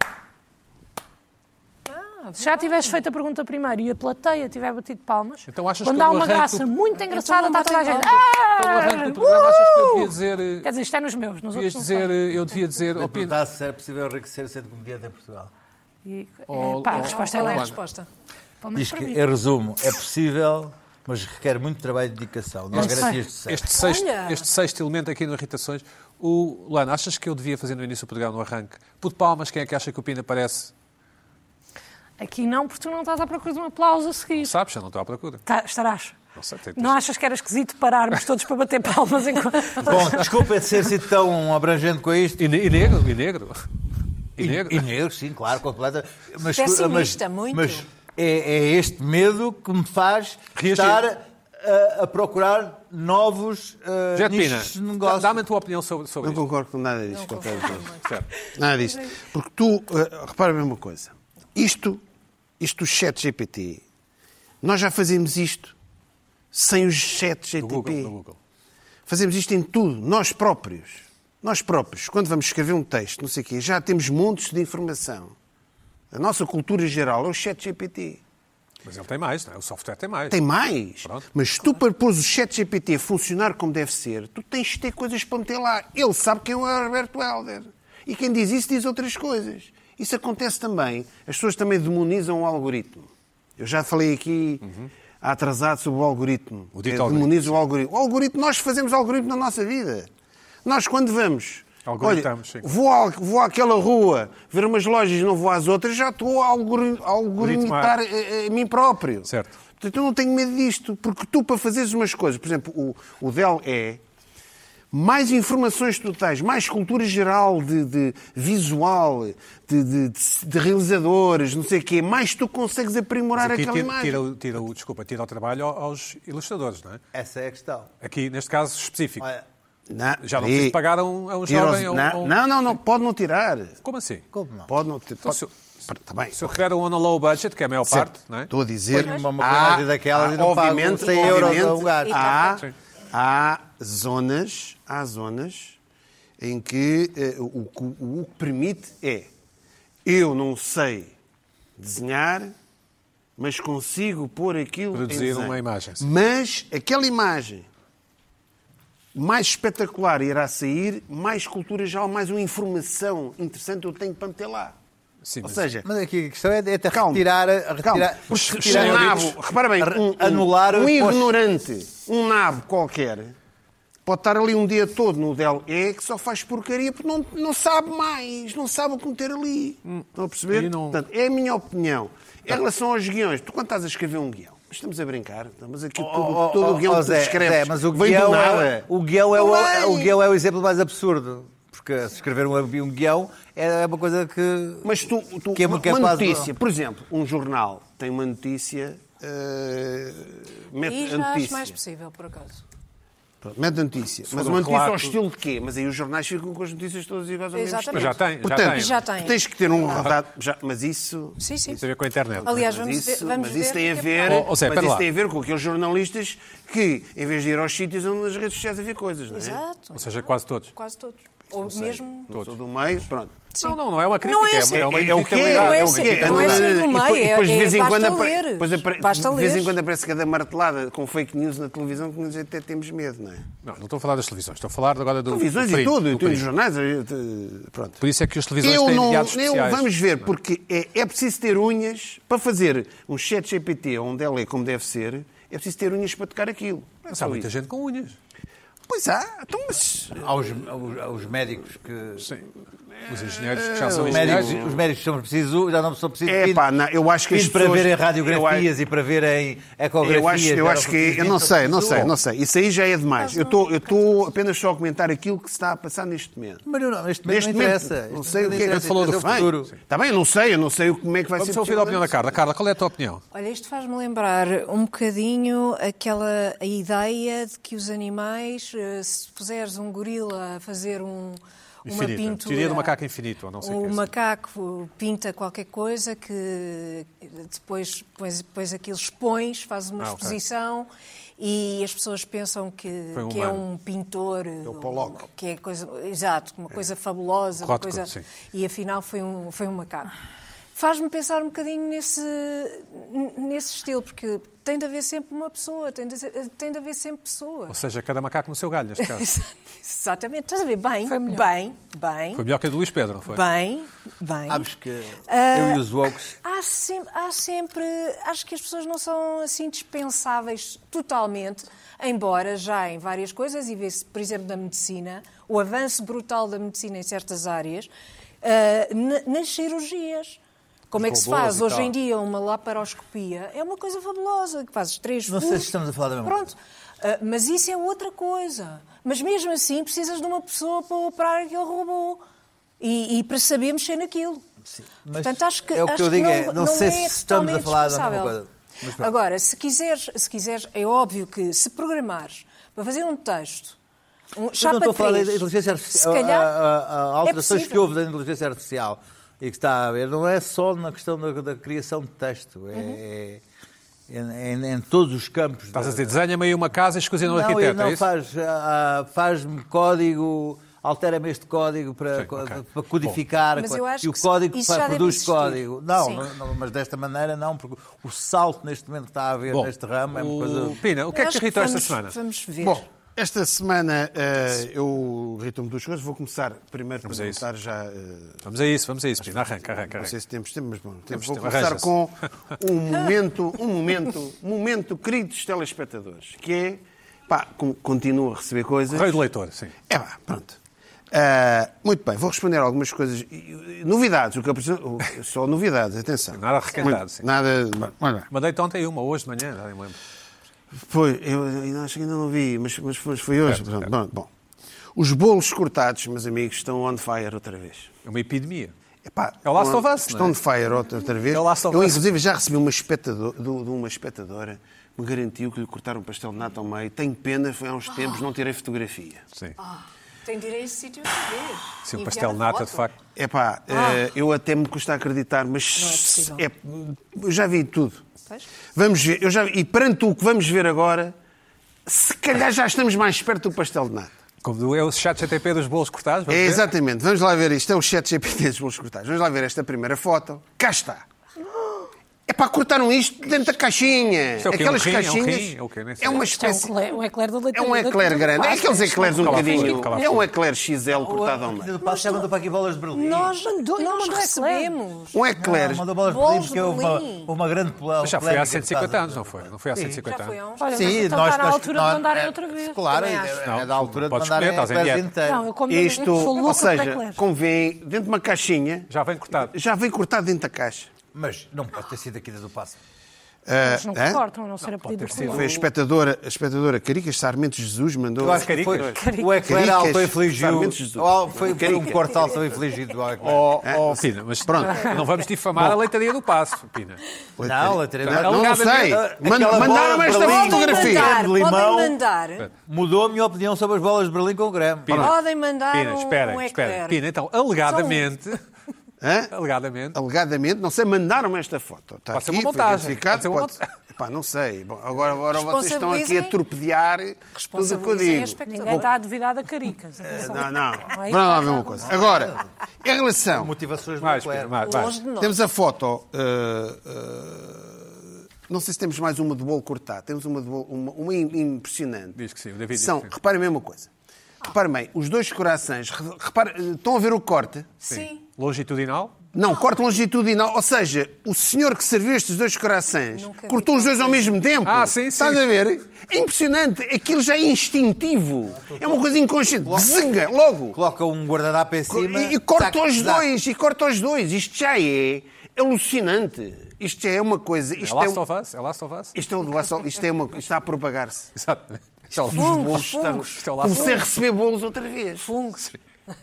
Speaker 2: Ah,
Speaker 5: Se já tivesse feito a pergunta primeiro e a plateia tiver batido palmas,
Speaker 2: Então achas
Speaker 5: quando
Speaker 2: que
Speaker 5: há
Speaker 2: eu
Speaker 5: uma
Speaker 2: arranco-
Speaker 5: graça muito
Speaker 4: não
Speaker 5: engraçada, está toda a
Speaker 4: botei
Speaker 5: gente. "Ah!"
Speaker 2: Então, no arranque do programa, achas que eu devia dizer, eh,
Speaker 5: Quer dizer, isto é nos meus, nos
Speaker 2: devias
Speaker 5: outros não
Speaker 2: dizer,
Speaker 5: sei.
Speaker 2: eh, eu devia dizer,
Speaker 6: Eu
Speaker 2: oh, Pedro,
Speaker 6: perguntar se era possível enriquecer sendo comediante em Portugal.
Speaker 5: E,
Speaker 2: Oh,
Speaker 5: é, pá, a
Speaker 2: oh,
Speaker 5: resposta é
Speaker 4: Qual é a
Speaker 5: não.
Speaker 4: resposta?
Speaker 5: Pelo menos
Speaker 6: Diz
Speaker 5: para
Speaker 6: que,
Speaker 5: mim.
Speaker 6: em resumo, é possível, mas requer muito trabalho e dedicação. Não há
Speaker 5: Este-
Speaker 6: garantias de sucesso.
Speaker 2: este sexto,
Speaker 4: Olha!
Speaker 2: este sexto elemento aqui no Irritações, o Luana, achas que eu devia fazer no início do programa, no arranque? Por palmas, quem é que acha que o Pina aparece?
Speaker 5: Aqui não, porque tu não estás à procura de um aplauso a seguir.
Speaker 2: Sabes, eu não estou à procura.
Speaker 5: Tá- estarás.
Speaker 2: Não sei, tem-
Speaker 4: Então-
Speaker 5: Não achas que era esquisito pararmos todos para bater palmas enquanto.
Speaker 6: Bom, desculpa de ter sido tão abrangente com isto.
Speaker 2: E, ne- e negro, e negro. E negro.
Speaker 6: E negro, sim, claro, completa. Mas,
Speaker 4: Pessimista,
Speaker 6: mas-
Speaker 4: muito.
Speaker 6: Mas é, é este medo que me faz
Speaker 2: Reagir.
Speaker 6: estar a, a procurar novos uh,
Speaker 2: Jet Pina,
Speaker 6: nichos de
Speaker 2: dá-
Speaker 6: negócio.
Speaker 2: dá-me a tua opinião sobre, sobre
Speaker 3: Não
Speaker 2: isto.
Speaker 3: concordo com nada disto. que eu quero dizer. Nada disto. Porque tu, eh, repara bem uma coisa. Isto, isto do chat GPT, nós já fazemos isto sem o chat
Speaker 2: No Google,
Speaker 3: GPT.
Speaker 2: no Google.
Speaker 3: Fazemos isto em tudo, nós próprios. Nós próprios, quando vamos escrever um texto, não sei o quê, já temos montes de informação. A nossa cultura geral é o chat GPT.
Speaker 2: Mas ele tem mais, não é? O software tem mais.
Speaker 3: Tem mais.
Speaker 2: Pronto.
Speaker 3: Mas tu, para pôres o chat GPT a funcionar como deve ser, tu tens de ter coisas para meter lá. Ele sabe quem é o Alberto Helder. E quem diz isso diz outras coisas. Isso acontece também. As pessoas também demonizam o algoritmo. Eu já falei aqui há atrasado sobre o algoritmo.
Speaker 2: Uhum. O dito
Speaker 3: É,
Speaker 2: algoritmo.
Speaker 3: Demoniza o algoritmo. O algoritmo, nós fazemos algoritmo na nossa vida. Nós, quando vamos.
Speaker 2: Algoritamos, sim.
Speaker 3: olha, vou, à, vou àquela rua ver umas lojas e não vou às outras, já estou a algori- a algoritmar a, a mim próprio.
Speaker 2: Certo.
Speaker 3: Portanto, eu não tenho medo disto, porque tu, para fazeres umas coisas, por exemplo, o, o Dell é mais informações tu tens, mais cultura geral de, de visual, de, de- de- de realizadores, não sei o quê, mais tu consegues aprimorar
Speaker 2: Mas aqui
Speaker 3: aquela
Speaker 2: tira,
Speaker 3: imagem.
Speaker 2: tira, o- tira o, desculpa, tira o trabalho ao- aos ilustradores, não é?
Speaker 6: Essa é a questão. é?
Speaker 2: Aqui, neste caso específico.
Speaker 6: Olha,
Speaker 3: Não,
Speaker 2: Já não
Speaker 3: e-
Speaker 2: preciso pagar a um- a um
Speaker 3: tira
Speaker 2: jovem,
Speaker 3: os-
Speaker 2: a um- a
Speaker 3: não,
Speaker 2: um-
Speaker 3: não, não, não, pode não tirar.
Speaker 2: Como assim?
Speaker 6: como não?
Speaker 3: Pode não tirar.
Speaker 2: Então, se, eu-
Speaker 3: Está bem.
Speaker 2: se eu tiver um on a low budget, que é a maior parte, não é?
Speaker 3: Estou a dizer.
Speaker 6: Põe-me uma coisa daquelas e não pago 100 euros a um gajo.
Speaker 3: há,
Speaker 2: Sim.
Speaker 3: há zonas, há zonas em que eh, o, que o que permite é eu não sei desenhar, mas consigo pôr aquilo em
Speaker 2: Produzir
Speaker 3: desenho.
Speaker 2: uma imagem, sim.
Speaker 3: Mas aquela imagem mais espetacular irá sair, mais cultura já, mais uma informação interessante eu tenho para meter lá.
Speaker 2: Sim,
Speaker 3: Ou
Speaker 2: mas-
Speaker 3: seja,
Speaker 6: Mas aqui a questão é de até
Speaker 3: Calma.
Speaker 6: retirar... a- a
Speaker 3: Calma.
Speaker 6: retirar
Speaker 3: Porque
Speaker 6: retirar
Speaker 3: um
Speaker 6: algoritmos.
Speaker 3: nabo, repara bem,
Speaker 6: Ar-
Speaker 3: um, um-
Speaker 6: anular
Speaker 3: um
Speaker 6: os postos.
Speaker 3: ignorante, um nabo qualquer, pode estar ali um dia todo no Dell E que só faz porcaria porque não, não sabe mais, não sabe o que meter ali.
Speaker 6: Hum.
Speaker 3: Estão a
Speaker 2: aí
Speaker 3: perceber?
Speaker 2: não-
Speaker 3: Portanto, é a minha opinião. Em
Speaker 6: Tá.
Speaker 3: relação aos guiões, tu quando estás a escrever um guião, mas estamos a brincar, tá, mas aqui todo,
Speaker 6: Oh, oh,
Speaker 3: todo
Speaker 6: oh,
Speaker 3: o guião
Speaker 6: oh,
Speaker 3: que tu
Speaker 6: Zé,
Speaker 3: escreves
Speaker 6: Zé, mas o
Speaker 3: vem
Speaker 6: guião,
Speaker 3: do
Speaker 6: é,
Speaker 3: nada.
Speaker 6: o, guião é o,
Speaker 3: Vem.
Speaker 6: o guião é o exemplo mais absurdo. Porque se escrever um, um guião é uma coisa que...
Speaker 3: Mas tu, tu-
Speaker 6: Que é
Speaker 3: uma,
Speaker 6: que é
Speaker 3: uma
Speaker 6: quase-
Speaker 3: notícia, por exemplo, um jornal tem uma notícia, eh, mete
Speaker 4: E
Speaker 3: a
Speaker 4: já acho
Speaker 3: notícia.
Speaker 4: mais possível, por acaso.
Speaker 3: Pronto, Mete a notícia.
Speaker 2: for
Speaker 3: Mas
Speaker 2: um
Speaker 3: uma notícia ao
Speaker 2: relato-
Speaker 3: estilo de quê? Mas aí os jornais ficam com as notícias todas iguais ao mesmo
Speaker 4: Exatamente.
Speaker 2: Mas já tem, já
Speaker 3: Portanto,
Speaker 2: tem.
Speaker 4: Já tem.
Speaker 3: tu tens que ter um relato. já- mas isso.
Speaker 4: Sim, sim.
Speaker 2: Tem a ver com a internet. não é?
Speaker 4: Aliás,
Speaker 3: Mas
Speaker 4: vamos ver.
Speaker 3: isso,
Speaker 4: vamos
Speaker 3: mas isso
Speaker 4: ver
Speaker 3: tem a
Speaker 4: que é
Speaker 3: ver,
Speaker 4: para-
Speaker 2: Oh, oh, Zé,
Speaker 3: mas
Speaker 2: pera
Speaker 3: isso
Speaker 2: lá.
Speaker 3: tem a ver com aqueles jornalistas que, em vez de ir aos sítios, andam nas redes sociais a ver coisas, não é?
Speaker 4: Exato.
Speaker 2: Ou seja, quase todos.
Speaker 4: Quase todos. Ou mesmo.
Speaker 3: Não sou do meio, pronto.
Speaker 2: Não, não, não é uma crítica.
Speaker 4: Não é
Speaker 2: é,
Speaker 4: assim.
Speaker 2: uma, é uma
Speaker 3: É o que é,
Speaker 2: irritabilidade,
Speaker 4: Não é
Speaker 2: uma
Speaker 4: assim.
Speaker 2: irritabilidade.
Speaker 4: Não é assim. do meio,
Speaker 3: E depois, de
Speaker 4: é-
Speaker 3: vez em
Speaker 4: basta
Speaker 3: quando,
Speaker 4: ler.
Speaker 3: apare- depois apare-
Speaker 4: Basta
Speaker 3: de vez em
Speaker 4: ler.
Speaker 3: quando aparece cada martelada com fake news na televisão que nós até temos medo, não é?
Speaker 2: Não, não estou a falar das televisões, estou a falar agora do.
Speaker 3: Televisões
Speaker 2: do
Speaker 3: e
Speaker 2: perigo,
Speaker 3: tudo,
Speaker 2: do
Speaker 3: e tudo,
Speaker 2: perigo.
Speaker 3: os jornais, eh, pronto.
Speaker 2: Por isso é que os televisões
Speaker 3: Eu
Speaker 2: têm
Speaker 3: não,
Speaker 2: enviados
Speaker 3: eu,
Speaker 2: especiais.
Speaker 3: vamos ver, porque é, é preciso ter unhas para fazer um chat GPT onde ela é como deve ser, é preciso ter unhas para tocar aquilo. Não é
Speaker 2: Mas
Speaker 3: só
Speaker 2: há muita
Speaker 3: isso.
Speaker 2: gente com unhas.
Speaker 3: Pois há, então, mas
Speaker 6: Aos, aos, aos médicos que...
Speaker 2: Sim. Os engenheiros que já são
Speaker 6: Os
Speaker 2: engenheiros.
Speaker 6: médicos, os médicos são precisos, já não são precisos
Speaker 3: É,
Speaker 6: de-
Speaker 3: pá, não, eu acho que as
Speaker 6: de para
Speaker 3: pessoas-
Speaker 6: verem
Speaker 3: eu
Speaker 6: radiografias e para verem ecografias.
Speaker 3: eu acho, eu
Speaker 6: já
Speaker 3: acho
Speaker 6: não
Speaker 3: que. é,
Speaker 6: precisam
Speaker 3: Eu não
Speaker 6: disso.
Speaker 3: sei, não sei, não sei. Isso aí já é demais. Eu estou eu tô apenas só a comentar aquilo que se está a passar neste momento.
Speaker 6: Mas não, não, este momento
Speaker 3: Neste
Speaker 6: não interessa.
Speaker 3: momento, não sei o que é que
Speaker 6: interessa,
Speaker 2: falou do
Speaker 6: interessa o
Speaker 3: futuro.
Speaker 6: futuro.
Speaker 3: Está bem, eu não sei, eu não sei como é que vai
Speaker 2: Vamos
Speaker 3: ser.
Speaker 2: ouvir a opinião
Speaker 3: possível.
Speaker 2: da Carla. Carla, qual é a tua opinião?
Speaker 4: Olha, isto faz-me lembrar um bocadinho aquela a ideia de que os animais, eh, se puseres um gorila a fazer um, uma
Speaker 2: Infinita.
Speaker 4: pintura...
Speaker 2: Teoria do macaco infinito, ou não sei o que é
Speaker 4: O
Speaker 2: isso.
Speaker 4: macaco pinta qualquer coisa que depois, depois, depois aquilo expões, faz uma
Speaker 2: Ah, ok.
Speaker 4: exposição e as pessoas pensam que,
Speaker 2: Foi um
Speaker 4: que é
Speaker 2: humano.
Speaker 4: um pintor... É
Speaker 3: o Pollock.
Speaker 4: [LAUGHS] Que é coisa, exato, uma coisa fabulosa, uma
Speaker 2: Rothko,
Speaker 4: coisa...
Speaker 2: sim.
Speaker 4: E afinal foi um, foi um macaco. faz-me pensar um bocadinho nesse, n- nesse estilo, porque tem de haver sempre uma pessoa, tem de, tem de haver sempre pessoa.
Speaker 2: Ou seja, cada macaco no seu galho, neste
Speaker 4: [LAUGHS]
Speaker 2: caso.
Speaker 4: Exatamente, estás a ver? Bem, bem, bem,
Speaker 2: Foi melhor que a do Luís Pedro, não foi?
Speaker 4: bem, bem.
Speaker 6: Sabes que
Speaker 4: Ah,
Speaker 6: eu e os Wokes
Speaker 4: Há sempre, há sempre. Acho que as pessoas não são assim dispensáveis totalmente, embora já em várias coisas, e vê-se, por exemplo, na medicina, o avanço brutal da medicina em certas áreas, ah, na- nas cirurgias. Como é que se
Speaker 6: robôs
Speaker 4: faz
Speaker 6: e
Speaker 4: hoje
Speaker 6: tal.
Speaker 4: em dia uma laparoscopia? É uma coisa fabulosa, que fazes três
Speaker 6: Não sei se
Speaker 4: furos.
Speaker 6: estamos a falar da mesma
Speaker 4: Pronto. Ah, mas isso é outra coisa. Mas mesmo assim precisas de uma pessoa para operar aquele robô e, e para saber mexer naquilo.
Speaker 6: mas
Speaker 4: Portanto, acho que,
Speaker 6: é o que
Speaker 4: acho
Speaker 6: eu digo,
Speaker 4: não,
Speaker 6: é, não
Speaker 4: não
Speaker 6: sei
Speaker 4: é
Speaker 6: se estamos a
Speaker 4: totalmente
Speaker 6: falar da mesma
Speaker 4: responsável.
Speaker 6: coisa. Mas pronto.
Speaker 4: Agora, se quiseres, se quiseres, é óbvio que se programares para fazer um texto, um
Speaker 6: Eu
Speaker 4: chapa
Speaker 6: não estou a falar da
Speaker 4: três,
Speaker 6: inteligência
Speaker 4: se
Speaker 6: artificial. Ah,
Speaker 4: calhar,
Speaker 6: a- a- a- a alterações
Speaker 4: é
Speaker 6: que houve da inteligência artificial e que está a haver não é só na questão da, da criação de texto, é,
Speaker 4: Uhum.
Speaker 6: é- é em, em todos os campos.
Speaker 3: Tá
Speaker 2: Estás a
Speaker 6: da-
Speaker 2: dizer, desenha-me aí uma casa e escusei no
Speaker 6: não,
Speaker 2: arquiteto,
Speaker 6: não
Speaker 2: é isso?
Speaker 6: faz, ah, ah, faz-me código, altera-me este código para,
Speaker 2: Sim, ok.
Speaker 6: para codificar
Speaker 4: Mas eu acho
Speaker 6: e o
Speaker 4: que
Speaker 6: código
Speaker 4: isso
Speaker 6: fa-
Speaker 4: já deve
Speaker 6: produz
Speaker 4: existir.
Speaker 6: código. Não,
Speaker 4: Sim.
Speaker 6: não- não, mas desta maneira não, porque o salto neste momento que está a haver
Speaker 2: Bom,
Speaker 6: neste ramo é uma
Speaker 2: o...
Speaker 6: coisa.
Speaker 2: Pina, o que é que te
Speaker 4: Acho
Speaker 2: irritou esta
Speaker 4: vamos-
Speaker 2: semana?
Speaker 4: Vamos ver.
Speaker 3: Bom, esta semana eh, eu irrito-me duas coisas. Vou começar primeiro por
Speaker 2: Vamos a isso.
Speaker 3: perguntar já. eh,
Speaker 2: Vamos a isso, vamos a isso, Pina. Arranca, arranca,
Speaker 3: Não sei
Speaker 2: arranca.
Speaker 3: se temos tempo, mas bom,
Speaker 2: Temos
Speaker 3: temos, vou
Speaker 2: tempo,
Speaker 3: começar
Speaker 2: arranja-se. [LAUGHS]
Speaker 3: com um momento, um momento, momento, queridos telespectadores, que é, pá, com- continuo a receber coisas.
Speaker 2: Correio do leitor, sim.
Speaker 3: É pá, pronto. Ah, muito bem, vou responder algumas coisas. Novidades, o que eu preciso, o- só novidades, atenção.
Speaker 2: Nada arrequentado, sim.
Speaker 3: Nada. bom, olha.
Speaker 2: Mandei-te ontem uma, hoje de manhã, já nem me lembro.
Speaker 3: Pois, eu ainda- acho que ainda não vi, mas, mas foi, foi hoje. Pronto, bom, bom. os bolos cortados, meus amigos, estão on fire outra vez.
Speaker 2: É uma epidemia.
Speaker 3: Epá,
Speaker 2: É o Last
Speaker 3: estão-
Speaker 2: of Us,
Speaker 3: Estão
Speaker 2: não é?
Speaker 3: de fire outra, outra vez.
Speaker 2: É o Last of
Speaker 3: eu,
Speaker 2: Us.
Speaker 3: inclusive, já recebi uma espectador, de, de uma espectadora que me garantiu que lhe cortaram um pastel de nata ao meio. Tenho pena, foi há uns tempos, não tirei fotografia.
Speaker 2: Sim.
Speaker 4: Ah, Tem de ir a esse sítio outra vez.
Speaker 2: Sim, o
Speaker 4: Enviar
Speaker 2: pastel
Speaker 4: a
Speaker 2: de nata,
Speaker 4: foto.
Speaker 2: de facto.
Speaker 3: Epá, eh, eu até me custa acreditar, mas
Speaker 4: Ah. Não
Speaker 3: é eu já vi tudo.
Speaker 4: Pois.
Speaker 3: Vamos ver, eu já vi- e perante o que vamos ver agora, se calhar já estamos mais perto do pastel de nata.
Speaker 2: Como do- é o chat GTP dos bolos cortados, vamos
Speaker 3: É,
Speaker 2: ver?
Speaker 3: exatamente. Vamos lá ver isto. É o chat GPT dos bolos cortados. Vamos lá ver esta primeira foto. Cá está. É para cortaram isto dentro da caixinha.
Speaker 2: Isto é o quê?
Speaker 3: Aquelas
Speaker 2: Um rim? É um
Speaker 3: caixinhas.
Speaker 2: rim? É o quê? Nem sei.
Speaker 3: uma
Speaker 5: Isto é um
Speaker 3: espécie.
Speaker 5: eclair, um eclair da
Speaker 3: É
Speaker 5: leitaria.
Speaker 3: um eclair grande. É aqueles eclairs um
Speaker 2: Calafrio,
Speaker 3: bocadinho.
Speaker 2: calafrio.
Speaker 3: É um eclair XL cortado ao meio.
Speaker 6: Do Passo mandou para aqui bolas de Berlim.
Speaker 4: Nós,
Speaker 5: Mandou- não
Speaker 4: nós
Speaker 5: mandou
Speaker 4: recebemos.
Speaker 3: Um
Speaker 6: Não,
Speaker 3: eclair.
Speaker 6: mandou bolas de
Speaker 4: Bolas
Speaker 6: Berlim, porque
Speaker 4: de
Speaker 6: houve
Speaker 4: Berlim.
Speaker 6: uma, houve uma grande polémica.
Speaker 2: Mas já foi há
Speaker 6: por causa
Speaker 2: 150 anos,
Speaker 6: da-
Speaker 2: não é? foi? Não foi há 150
Speaker 4: Já foi há
Speaker 2: anos.
Speaker 4: uns
Speaker 5: Olha, mas
Speaker 6: Sim,
Speaker 5: então
Speaker 6: nós,
Speaker 5: está na
Speaker 6: nós-
Speaker 5: altura
Speaker 6: nós-
Speaker 5: de mandarem
Speaker 6: é-
Speaker 5: outra vez.
Speaker 6: Claro,
Speaker 4: Também
Speaker 6: é,
Speaker 4: acho.
Speaker 6: é
Speaker 2: Não,
Speaker 6: da altura de
Speaker 2: podes
Speaker 6: mandarem
Speaker 2: comer, estás em
Speaker 6: eclairs
Speaker 2: dieta.
Speaker 6: inteiros.
Speaker 5: Não, eu como
Speaker 3: Isto,
Speaker 5: sou
Speaker 3: ou
Speaker 5: louca por
Speaker 3: seja,
Speaker 5: eclairs.
Speaker 3: convém, dentro de uma
Speaker 4: um-
Speaker 3: caixinha,
Speaker 2: Já vem cortado.
Speaker 3: já vem cortado dentro da caixa.
Speaker 6: Mas não pode ter sido aqui da do Passo.
Speaker 5: Mas não
Speaker 3: Hã?
Speaker 5: cortam, a não será pedido por
Speaker 3: Foi a espectadora, a espectadora Caricas Sarmentos Jesus mandou.
Speaker 6: Eu acho que foi.
Speaker 2: Caricas.
Speaker 6: O eclair
Speaker 3: Caricas.
Speaker 6: auto-infligiu.
Speaker 3: Sarmentos Jesus.
Speaker 6: Al- Foi foi um corte auto-infligido ao eclair.
Speaker 2: Oh, oh, Pina, mas
Speaker 3: Pronto.
Speaker 2: não vamos difamar a leitaria do passo, Pina.
Speaker 6: Não, lateral.
Speaker 3: Não, não sei.
Speaker 6: Aquela
Speaker 3: Man-
Speaker 6: bola
Speaker 3: Mandaram
Speaker 6: de
Speaker 3: esta
Speaker 6: Berlim.
Speaker 3: fotografia.
Speaker 4: Mandar,
Speaker 6: De limão.
Speaker 4: podem mandar.
Speaker 6: Mudou a minha opinião sobre as bolas de Berlim com o Grêmio.
Speaker 4: Podem mandar
Speaker 2: Pina,
Speaker 4: um-
Speaker 2: espera,
Speaker 4: um
Speaker 2: espera.
Speaker 4: eclair.
Speaker 2: Pina, então, alegadamente,
Speaker 3: Hã?
Speaker 4: um-
Speaker 2: alegadamente,
Speaker 3: Alegadamente, não sei, mandaram-me esta foto. Está
Speaker 2: Pode ser
Speaker 3: aqui,
Speaker 2: uma
Speaker 3: foi
Speaker 2: montagem,
Speaker 3: identificado,
Speaker 2: pode ser uma montagem.
Speaker 3: Epá, não sei. Bom, agora agora vocês estão aqui a
Speaker 4: Responsabilizem-
Speaker 3: torpedear tudo o que eu
Speaker 4: Responsabilizem a
Speaker 3: digo.
Speaker 4: espectadora.
Speaker 5: Ninguém está a duvidar da carica.
Speaker 3: Não, não. Vamos
Speaker 5: Aí
Speaker 3: lá
Speaker 5: está
Speaker 3: ver uma
Speaker 5: errado.
Speaker 3: coisa. Agora, em relação...
Speaker 6: Motivações do
Speaker 2: mais, Pina,
Speaker 6: eclair.
Speaker 2: mais,
Speaker 4: tá Longe
Speaker 2: mais.
Speaker 4: de nós.
Speaker 3: Temos a foto... eh, eh, não sei se temos mais uma de bolo cortado. Temos uma de bolo, uma, uma im- impressionante.
Speaker 2: Diz que sim, o David
Speaker 3: São,
Speaker 2: diz que sim.
Speaker 3: reparem a mesma coisa. Reparem bem, os dois corações... re- reparem, estão a ver o corte?
Speaker 4: Sim.
Speaker 2: Longitudinal?
Speaker 3: Não, corte longitudinal. Ou seja, o senhor que serviu estes dois corações
Speaker 4: Nunca vi
Speaker 3: cortou os dois ao mesmo tempo.
Speaker 2: Ah, sim, sim.
Speaker 3: Estás a ver? É impressionante. Aquilo já é instintivo. É uma coisa inconsciente. Zinga, logo.
Speaker 6: Coloca um guardanapo em cima.
Speaker 3: E, e corta
Speaker 6: tac,
Speaker 3: os
Speaker 6: tac.
Speaker 3: dois. E corta os dois. Isto já é alucinante. Isto já é uma coisa.
Speaker 2: É
Speaker 3: Isto é,
Speaker 2: Last
Speaker 3: um-
Speaker 2: of Us? É Last of Us?
Speaker 3: isto é, um Last of- isto é uma, isto está a propagar-se.
Speaker 2: é Exatamente.
Speaker 3: Os bolos
Speaker 2: Isto é
Speaker 3: estão...
Speaker 2: o Last of
Speaker 3: Comecei a
Speaker 2: Us.
Speaker 3: receber bolos outra vez.
Speaker 4: Fungos.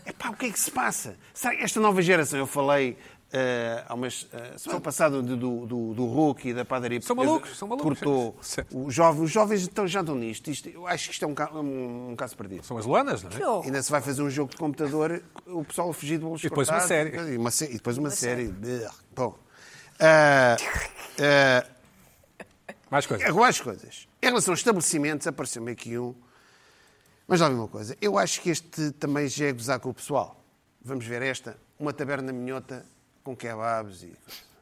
Speaker 3: Epá, o que é que se passa? Será que esta nova geração, eu falei eh, há umas eh, semana passada do, do, do, do Hulk e da padaria
Speaker 2: São
Speaker 3: portuguesa,
Speaker 2: malucos, são malucos.
Speaker 3: cortou
Speaker 2: Certo.
Speaker 3: o jovem, os jovens estão, já estão nisto. Isto- eu acho que isto é um, ca- um- um caso perdido.
Speaker 2: São as Luanas, não é?
Speaker 4: Que horror.
Speaker 3: Ainda se vai fazer um jogo de computador, o pessoal a fugir de bolos
Speaker 2: E depois
Speaker 3: cortados,
Speaker 2: uma série.
Speaker 3: E, uma sé- e depois uma, série. Brr. Bom, Ah, ah,
Speaker 2: Mais coisas.
Speaker 3: algumas coisas. Em relação aos estabelecimentos, apareceu-me aqui um. Mas lá vem uma coisa. Eu acho que este também já é gozar com o pessoal. Vamos ver esta. Uma taberna minhota com kebabs e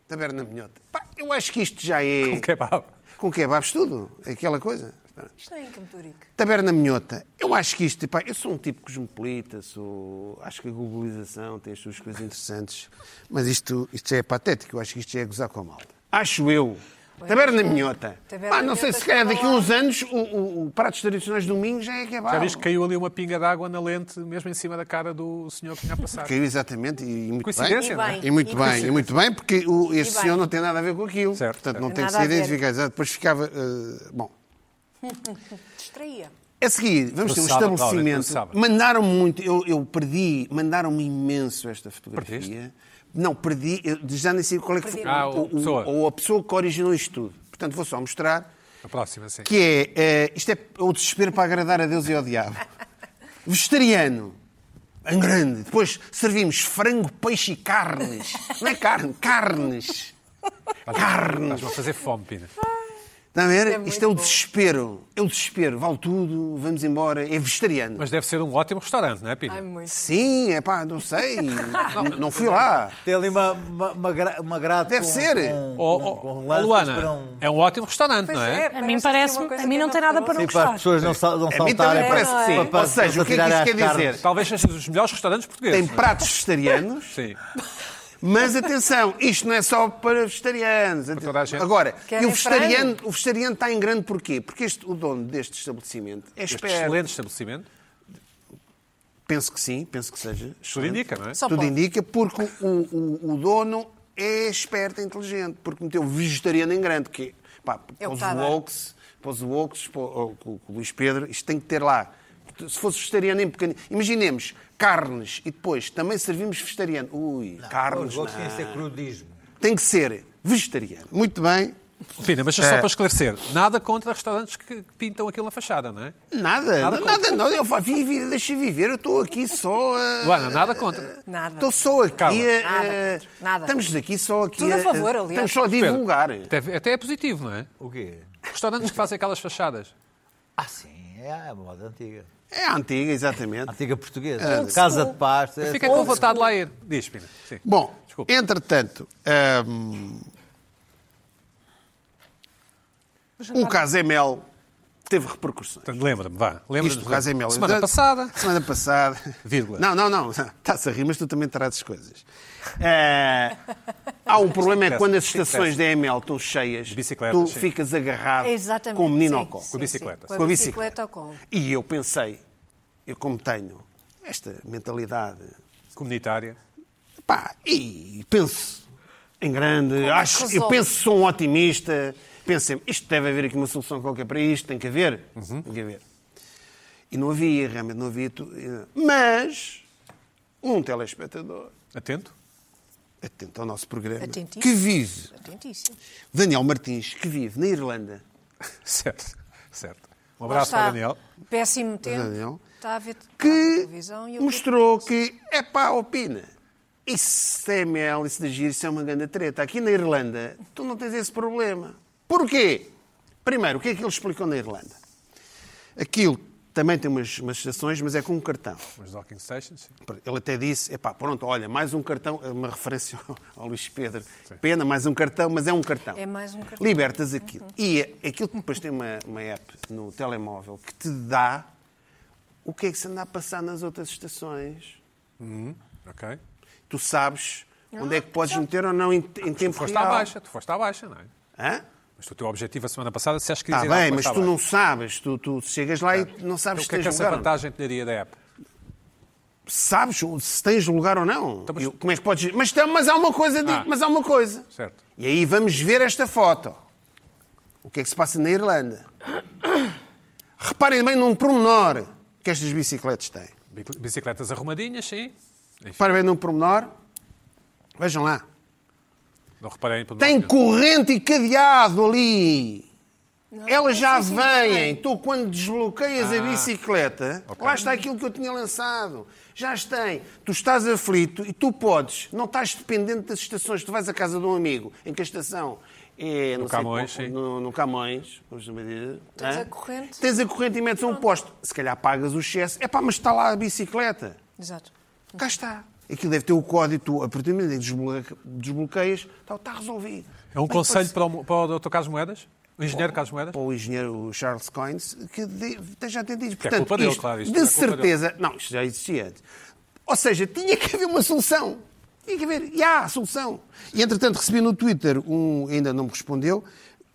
Speaker 3: taberna minhota. Pá, eu acho que isto já é...
Speaker 2: Um kebab.
Speaker 3: Com kebabs tudo, aquela coisa.
Speaker 4: Isto não é em Campo de Rico.
Speaker 3: Taberna Minhota. Eu acho que isto, pá, eu sou um tipo cosmopolita, sou, acho que a globalização tem as suas coisas interessantes, mas isto, isto já é patético, eu acho que isto já é gozar com a malta. Acho eu. Taberna Minhota.
Speaker 4: é. Taberna
Speaker 3: Pá, não sei,
Speaker 4: Minhota
Speaker 3: se calhar
Speaker 4: está
Speaker 3: daqui a
Speaker 4: lá.
Speaker 3: uns anos o, o, o pratos tradicionais do domingo já é kebab.
Speaker 2: Já viste que caiu ali uma pinga d'água na lente, mesmo em cima da cara do senhor que tinha passado.
Speaker 3: Caiu exatamente e, e muito
Speaker 2: Coincidência,
Speaker 3: bem.
Speaker 2: não
Speaker 4: é?
Speaker 3: E muito
Speaker 4: E
Speaker 3: bem, e muito bem, porque o- este
Speaker 4: E bem.
Speaker 3: senhor não tem nada a ver com aquilo.
Speaker 2: Certo,
Speaker 3: Portanto,
Speaker 2: certo.
Speaker 3: não tem que
Speaker 4: Nada
Speaker 3: se
Speaker 4: a ver.
Speaker 3: identificar. Exato. Depois ficava. eh, bom.
Speaker 4: Distraía.
Speaker 3: A seguir, vamos
Speaker 2: No
Speaker 3: ter um
Speaker 2: sábado, Laura, no
Speaker 3: estabelecimento.
Speaker 2: sábado.
Speaker 3: Mandaram muito, eu, eu perdi, mandaram-me imenso esta fotografia.
Speaker 2: Perdeste?
Speaker 3: Não, perdi, eu já nem sei qual é que foi
Speaker 4: Perdi.
Speaker 2: Ah, o- pessoa.
Speaker 3: ou a pessoa que originou isto tudo. Portanto, vou só mostrar
Speaker 2: A próxima, sim.
Speaker 3: que é, eh, isto é o desespero para agradar a Deus e ao
Speaker 4: [LAUGHS]
Speaker 3: diabo. Vegetariano. Em grande. Depois servimos frango, peixe e carnes. Não é carne, carnes. Carnes.
Speaker 2: Estás-me a fazer fome, Pina.
Speaker 3: Está a ver?
Speaker 4: É muito
Speaker 3: Isto é o
Speaker 4: bom.
Speaker 3: desespero. É o desespero. Vale tudo, vamos embora. É vegetariano.
Speaker 2: Mas deve ser um ótimo restaurante, não é, Pina?
Speaker 4: Ai, muito.
Speaker 3: Sim, é pá, não sei. N- não fui lá.
Speaker 6: Tem ali uma, uma, uma, gra- uma grade
Speaker 3: Deve
Speaker 6: com- um-
Speaker 3: ser.
Speaker 6: com-
Speaker 2: Ó,
Speaker 6: com-
Speaker 2: ó,
Speaker 6: com
Speaker 2: ó,
Speaker 6: lances para
Speaker 2: Luana,
Speaker 6: um-
Speaker 2: é um ótimo restaurante,
Speaker 4: Pois
Speaker 2: não é?
Speaker 4: é,
Speaker 5: A mim
Speaker 4: que é uma
Speaker 5: parece,
Speaker 4: coisa
Speaker 5: a mim
Speaker 4: que
Speaker 5: não tem nada para não
Speaker 6: Sim, para as
Speaker 5: gostar.
Speaker 6: pessoas não, sal, não
Speaker 3: A mim também
Speaker 6: saltarem para,
Speaker 3: parece
Speaker 4: não é?
Speaker 3: que sim.
Speaker 6: para-
Speaker 3: Ou seja, o que é que
Speaker 6: para
Speaker 3: isto quer
Speaker 6: tirarem as
Speaker 3: dizer?
Speaker 2: Talvez seja um dos melhores restaurantes portugueses.
Speaker 3: Tem pratos vegetarianos,
Speaker 2: Sim.
Speaker 3: mas atenção, isto não é só para vegetarianos.
Speaker 2: toda a gente.
Speaker 3: Agora,
Speaker 4: Querem
Speaker 3: e o vegetariano, o vegetariano está em grande porquê? Porque este, o dono deste estabelecimento é
Speaker 2: Este
Speaker 3: esperto.
Speaker 2: excelente estabelecimento.
Speaker 3: Penso que sim, penso que seja.
Speaker 2: Tudo
Speaker 3: excelente.
Speaker 2: indica, não é?
Speaker 4: Só
Speaker 3: Tudo
Speaker 4: pode.
Speaker 3: indica porque o, o- o dono é esperto, é inteligente, porque meteu vegetariano em grande, que pá,
Speaker 4: É
Speaker 3: para
Speaker 4: o que
Speaker 3: os
Speaker 4: está a dar.
Speaker 3: wokes, para os wokes, para o, com o Luís Pedro, isto tem que ter lá. Se fosse vegetariano em pequenino, imaginemos carnes e depois também servimos vegetariano. Ui, carnes.
Speaker 6: Os outros
Speaker 3: não.
Speaker 6: têm de ser crudismo.
Speaker 3: Tem que ser vegetariano. Muito bem.
Speaker 2: Pina, mas só para esclarecer, nada contra restaurantes que pintam aquilo na fachada, não é?
Speaker 3: Nada,
Speaker 2: Nada
Speaker 3: nada, nada não. Eu falo, vive, vive, deixa viver, eu estou aqui só a.
Speaker 2: Luana, nada contra.
Speaker 4: Nada.
Speaker 3: Estou só aqui
Speaker 2: Calma.
Speaker 3: a.
Speaker 4: Nada, nada.
Speaker 3: Estamos aqui só aqui
Speaker 4: Tudo a favor, aliás.
Speaker 3: Estamos só a
Speaker 2: Pedro,
Speaker 3: divulgar.
Speaker 2: Até, até é positivo, não é?
Speaker 6: O quê?
Speaker 2: Restaurantes que fazem aquelas fachadas.
Speaker 6: Ah, sim, é a moda antiga.
Speaker 3: É a antiga, exatamente.
Speaker 6: Antiga portuguesa. Casa de é pasta.
Speaker 2: Fica com vontade de lá ir. Diz, Pina. Sim.
Speaker 3: Bom,
Speaker 2: Desculpa.
Speaker 3: entretanto, hum, o um caso Mel teve repercussões.
Speaker 2: Portanto, Lembra-me, vá. Lembra-me.
Speaker 3: Isto do caso é Mel.
Speaker 2: Semana passada.
Speaker 3: Semana passada.
Speaker 2: Vírgula.
Speaker 3: Não, não, não. Está-se a rir, mas tu também trazes coisas. Eh, há um problema, é quando as estações da ML estão cheias,
Speaker 2: bicicletas,
Speaker 3: tu
Speaker 2: sim.
Speaker 3: ficas agarrado
Speaker 4: Exatamente.
Speaker 3: com o menino
Speaker 4: sim, um
Speaker 3: ao colo.
Speaker 4: sim,
Speaker 2: Com a bicicleta.
Speaker 4: sim. Com a
Speaker 3: Com a bicicleta.
Speaker 4: bicicleta ou com.
Speaker 3: E eu pensei, eu como tenho esta mentalidade
Speaker 2: Comunitária.
Speaker 3: Pá, e penso em grande, acho, eu
Speaker 4: é resolve?
Speaker 3: penso, sou um otimista, penso sempre, isto deve haver aqui uma solução qualquer para isto, tem que haver, tem que haver. E não havia, realmente não havia. tu- eh, Mas um telespectador,
Speaker 2: Atento. [LAUGHS]
Speaker 3: atento ao nosso programa,
Speaker 4: Atentíssimo.
Speaker 3: que vive,
Speaker 4: Atentíssimo.
Speaker 2: Um
Speaker 3: Daniel Martins, que vive na Irlanda,
Speaker 2: Certo. Certo. Um
Speaker 4: Lá
Speaker 2: abraço
Speaker 4: está.
Speaker 2: para o Daniel.
Speaker 4: Péssimo tempo.
Speaker 3: Daniel.
Speaker 4: Está a ver está a ver
Speaker 3: que
Speaker 4: televisão e eu-
Speaker 3: mostrou que, é pá, opina. Isso é mel, isso de giro, isso é uma grande treta. Aqui na Irlanda, tu não tens esse problema. Porquê? Primeiro, o que é que ele explicou na Irlanda? Aquilo também tem umas, umas estações, mas é com um cartão.
Speaker 2: Os docking stations. sim.
Speaker 3: Ele até disse, epá, pronto, olha, mais um cartão, é uma referência ao, ao Luís Pedro. Pena, mais um cartão, mas é um cartão.
Speaker 4: É mais um cartão.
Speaker 3: Libertas aquilo. E é aquilo que depois tem uma, uma app no telemóvel que te dá o que é que se anda a passar nas outras estações.
Speaker 2: Ok.
Speaker 3: Tu sabes
Speaker 4: Ah,
Speaker 3: onde é que podes meter ou não em, em
Speaker 2: Tu
Speaker 3: tempo
Speaker 2: foste
Speaker 3: real.
Speaker 2: à baixa. Tu foste à baixa, não é?
Speaker 3: Hã?
Speaker 2: Mas o teu objetivo a semana passada, se acho que
Speaker 3: Está
Speaker 2: ias ir à
Speaker 3: Tá bem,
Speaker 2: Costa
Speaker 3: mas tu
Speaker 2: Abaixo.
Speaker 3: não sabes. Tu, tu chegas lá e não sabes
Speaker 2: Então, O que é que
Speaker 3: se tens
Speaker 2: essa
Speaker 3: lugar ou não.
Speaker 2: vantagem te daria da app?
Speaker 3: Sabes se tens lugar ou não.
Speaker 2: Então, mas-
Speaker 3: E como é que podes... Mas, tem- mas há uma coisa, digo,
Speaker 2: Ah.
Speaker 3: mas há uma coisa.
Speaker 2: Certo.
Speaker 3: E aí vamos ver esta foto. O que é que se passa na Irlanda? [COUGHS] Reparem bem num pormenor que estas bicicletas têm.
Speaker 2: Bic- Bicicletas arrumadinhas, sim. Enfim,
Speaker 3: Reparem bem num pormenor. Vejam lá.
Speaker 2: não reparei pelo
Speaker 3: Tem
Speaker 2: nome.
Speaker 3: corrente e cadeado ali. Elas já
Speaker 4: sim, sim,
Speaker 3: vêm. Tu, quando desbloqueias a
Speaker 2: Ah,
Speaker 3: bicicleta, lá está aquilo que eu tinha lançado. Já as tem. Tu estás aflito e tu podes. Não estás dependente das estações. Tu vais à casa de um amigo. Em que a estação é... No
Speaker 2: Camões, sim.
Speaker 3: no, no Camões, vamos chamar de...
Speaker 4: Tens
Speaker 3: Hã?
Speaker 4: a corrente.
Speaker 3: Tens a corrente e metes a um posto. Se calhar pagas o excesso. É pá, mas está lá a bicicleta.
Speaker 4: Exato.
Speaker 3: Cá está. aquilo deve ter o código, tu, a partir do momento em que desbloque- desbloqueias, está, está resolvido.
Speaker 2: É um
Speaker 3: Bem,
Speaker 2: conselho
Speaker 3: parece-
Speaker 2: para o, para o Dr. Carlos Moedas? O engenheiro Carlos Moedas?
Speaker 3: para o engenheiro Charles Coins, que de- esteja atento a isso.
Speaker 2: Que é culpa dele, claro, isto
Speaker 3: de
Speaker 2: não é culpa
Speaker 3: certeza... Não, isto já existia antes. Ou seja, tinha que haver uma solução. Tinha que haver. E há a solução. E, entretanto, recebi no Twitter um... Ainda não me respondeu.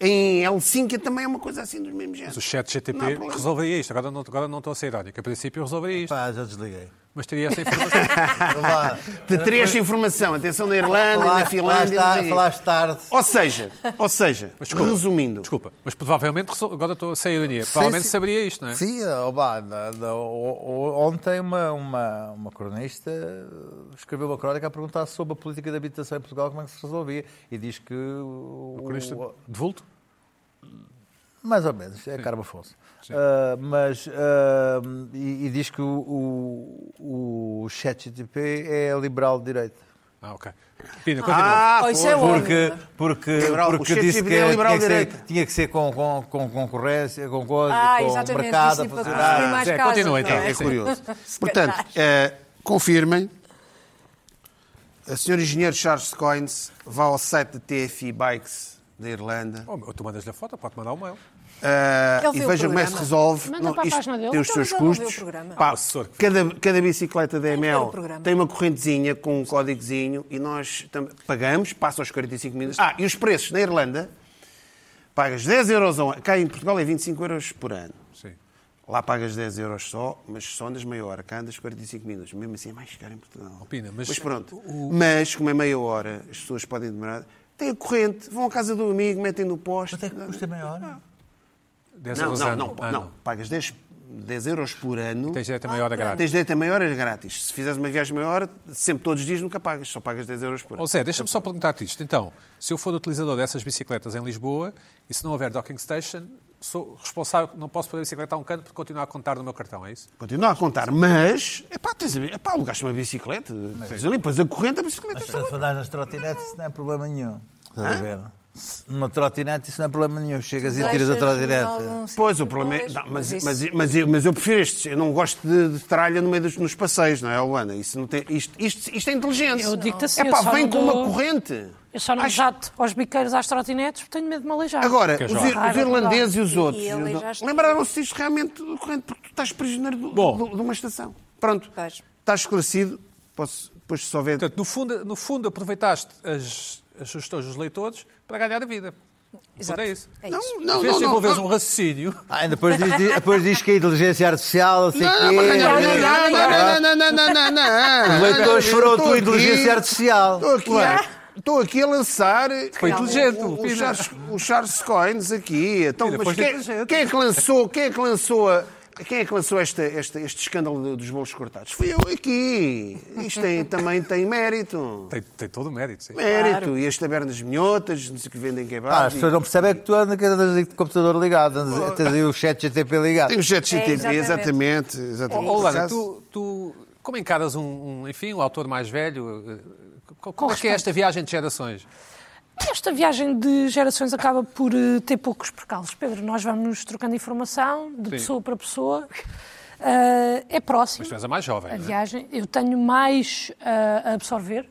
Speaker 3: Em Helsínquia também é uma coisa assim dos mesmos géneros.
Speaker 2: O chat
Speaker 3: Não Tá. há
Speaker 2: GTP
Speaker 3: problema.
Speaker 2: resolveria isto. Agora não, agora não estou a ser irónico. A princípio resolveria isto.
Speaker 6: assim, Pá, já desliguei.
Speaker 2: Mas teria essa informação.
Speaker 6: Vá lá.
Speaker 3: Te teria esta informação. Atenção na Irlanda,
Speaker 6: Falaste-
Speaker 3: na Finlândia... não sei
Speaker 6: falaste-
Speaker 3: quê.
Speaker 6: Falaste tarde.
Speaker 3: Ou seja, ou seja,
Speaker 2: desculpa,
Speaker 3: resumindo...
Speaker 2: Desculpa, mas provavelmente, resol- agora estou a ser ironia, provavelmente
Speaker 6: Sim, sim.
Speaker 2: saberia isto, não é?
Speaker 6: Sim, ó, pá, na- na- o- o- ontem uma, uma, uma cronista eh, escreveu uma crónica a perguntar sobre a política de habitação em Portugal, como é que se resolvia. E diz que. O,
Speaker 2: Cronista
Speaker 6: o-
Speaker 2: de vulto?
Speaker 6: mais ou menos, é Carmo Afonso. Ah, mas, ah, e, e diz que o, o, o ChatGTP é liberal de direita.
Speaker 2: Ah, ok. Pina, continua.
Speaker 3: Ah,
Speaker 4: Oh, isso é
Speaker 3: pois.
Speaker 6: Porque, porque,
Speaker 3: Liberal- o
Speaker 6: porque
Speaker 3: chefe
Speaker 6: disse
Speaker 3: de
Speaker 6: que
Speaker 3: é liberal
Speaker 6: tinha que,
Speaker 3: direito.
Speaker 6: ser, tinha que ser com, com, com concorrência, com coisa,
Speaker 4: Ah,
Speaker 6: com
Speaker 4: exatamente,
Speaker 6: mercado.
Speaker 4: isso
Speaker 6: a
Speaker 4: para
Speaker 6: fazer-
Speaker 4: construir mais
Speaker 2: Zé,
Speaker 4: casas,
Speaker 2: continua,
Speaker 4: não
Speaker 2: então.
Speaker 4: Ah, é?
Speaker 3: É curioso.
Speaker 4: [LAUGHS] Se
Speaker 3: Portanto,
Speaker 4: calhar.
Speaker 3: eh, confirmem. A senhora engenheiro Charles Coins vá ao site da TFI Bikes da Irlanda
Speaker 2: Oh, tu mandas-lhe a foto, pode mandar o mail.
Speaker 3: eh,
Speaker 4: Ele vê
Speaker 3: e
Speaker 4: o
Speaker 3: vejam como é que
Speaker 4: programa.
Speaker 3: se resolve.
Speaker 5: Manda para a página dele.
Speaker 3: tem os
Speaker 4: Então,
Speaker 3: seus
Speaker 4: mas ele não vê o
Speaker 3: custos.
Speaker 4: programa.
Speaker 3: Pá,
Speaker 2: Ah, assessor.
Speaker 3: cada, cada bicicleta da
Speaker 4: que ver o
Speaker 3: ML
Speaker 4: programa.
Speaker 3: tem uma correntezinha com um códigozinho e nós tam- pagamos, passa aos 45 minutos. Ah, e os preços na Irlanda, pagas 10 euros ao ano. Cá em Portugal é 25 euros por ano.
Speaker 2: Sim.
Speaker 3: Lá pagas 10 euros só, mas só andas meia hora. Cá andas 45 minutos. Mesmo assim é mais caro em Portugal.
Speaker 2: Opina, Oh, mas-
Speaker 3: Pois pronto. Mas, como é meia hora, as pessoas podem demorar. Tem a corrente, vão à casa do amigo, metem no poste.
Speaker 6: Quanto é que custa meia hora?
Speaker 2: Dez
Speaker 3: Não,
Speaker 2: euros
Speaker 3: não,
Speaker 2: ano.
Speaker 3: não,
Speaker 2: Ah,
Speaker 3: não. Pagas 10, 10 euros por ano. Ah,
Speaker 2: Tens direito a meia hora grátis.
Speaker 3: Tens direito a meia hora grátis. Se fizeres uma viagem meia hora, sempre todos os dias nunca pagas. Só pagas 10 euros por ano.
Speaker 2: Ou Zé, deixa-me só perguntar-te isto. Então, se eu for utilizador dessas bicicletas em Lisboa e se não houver docking station, sou responsável, não posso pôr a bicicleta a um canto porque continuar a contar no meu cartão, é isso?
Speaker 3: Continua a contar, mas... Epá, tens, a- epá, alugaste uma bicicleta. Tens ali, pões a corrente, a bicicleta
Speaker 6: Mas
Speaker 3: está lá.
Speaker 6: se andares nas trotinetes, isso não é problema nenhum. Estás a ver? Numa trotinete, isso não é problema nenhum. Chegas e tiras a
Speaker 4: Deixas
Speaker 6: trotinete.
Speaker 4: algum sítio,
Speaker 3: Pois, o problema é.
Speaker 4: talvez,
Speaker 3: não, mas, mas,
Speaker 4: isso-
Speaker 3: mas, eu, mas eu prefiro estes. Eu não gosto de, de tralha no meio dos, nos passeios, não é, Luana? Isso não tem, isto, isto, isto é inteligente.
Speaker 5: Eu digo-te assim,
Speaker 3: é pá,
Speaker 5: eu só
Speaker 3: vem
Speaker 5: não
Speaker 3: com uma
Speaker 5: dou-
Speaker 3: corrente.
Speaker 5: Eu só não
Speaker 3: Acho-
Speaker 5: jato aos biqueiros, às trotinetes, porque tenho medo de me aleijar.
Speaker 3: Agora,
Speaker 2: Que é
Speaker 3: os,
Speaker 2: jovem.
Speaker 3: ir- os irlandeses e os
Speaker 4: E- e
Speaker 3: outros
Speaker 4: ele já está-
Speaker 3: lembraram-se disto realmente do corrente, porque tu estás prisioneiro do-
Speaker 2: Bom.
Speaker 3: do- de uma estação. Pronto,
Speaker 4: Pois.
Speaker 3: estás esclarecido. Posso, depois, se houver.
Speaker 2: Portanto, no fundo, no fundo aproveitaste as, as sugestões dos leitores para ganhar a vida. Exato. É isso.
Speaker 4: É
Speaker 3: Não,
Speaker 4: isso.
Speaker 2: Em vez
Speaker 3: não, não.
Speaker 2: de
Speaker 3: não,
Speaker 2: desenvolveres
Speaker 3: não.
Speaker 2: um raciocínio,
Speaker 6: Ah, e depois diz, diz- depois diz que é inteligência artificial, não sei o
Speaker 3: Não,
Speaker 6: quê.
Speaker 3: mas ganhar
Speaker 4: não,
Speaker 3: dinheiro.
Speaker 4: não,
Speaker 3: não, não, não, não, não, não.
Speaker 6: Os leitores foram a tua inteligência artificial.
Speaker 3: Estou aqui, a- estou aqui a lançar
Speaker 2: Foi inteligente,
Speaker 3: o, o, o,
Speaker 2: Pina.
Speaker 3: Charles, o Charles Coins aqui. Então,
Speaker 2: Pina,
Speaker 3: mas
Speaker 2: foi
Speaker 3: quem,
Speaker 2: inteligente.
Speaker 3: quem é que lançou, quem é que lançou a- Quem é que lançou esta, esta- este escândalo do- dos bolos cortados? Fui eu aqui. Isto tem- também tem mérito.
Speaker 2: tem, tem todo o mérito, sim.
Speaker 3: Mérito. E as tabernas minhotas, não sei o que vendem kebab.
Speaker 6: Ah, as pessoas não percebem é que tu andas com o computador ligado, andas- tens aí o chat GTP ligado.
Speaker 3: Tem o jet
Speaker 4: É,
Speaker 3: GTV, exatamente.
Speaker 2: Ó,
Speaker 3: exatamente.
Speaker 2: ó, Lana, tu, tu como encaras um, um, enfim, um autor mais velho? eh, co- Como é que é esta viagem de gerações?
Speaker 5: Esta viagem de gerações acaba por eh, ter poucos percalços, Pedro. Nós vamos trocando informação de pessoa para pessoa. Ah, é próximo.
Speaker 2: Mas tu és a mais jovem,
Speaker 5: A
Speaker 2: não é?
Speaker 5: viagem. Eu tenho mais ah, a absorver,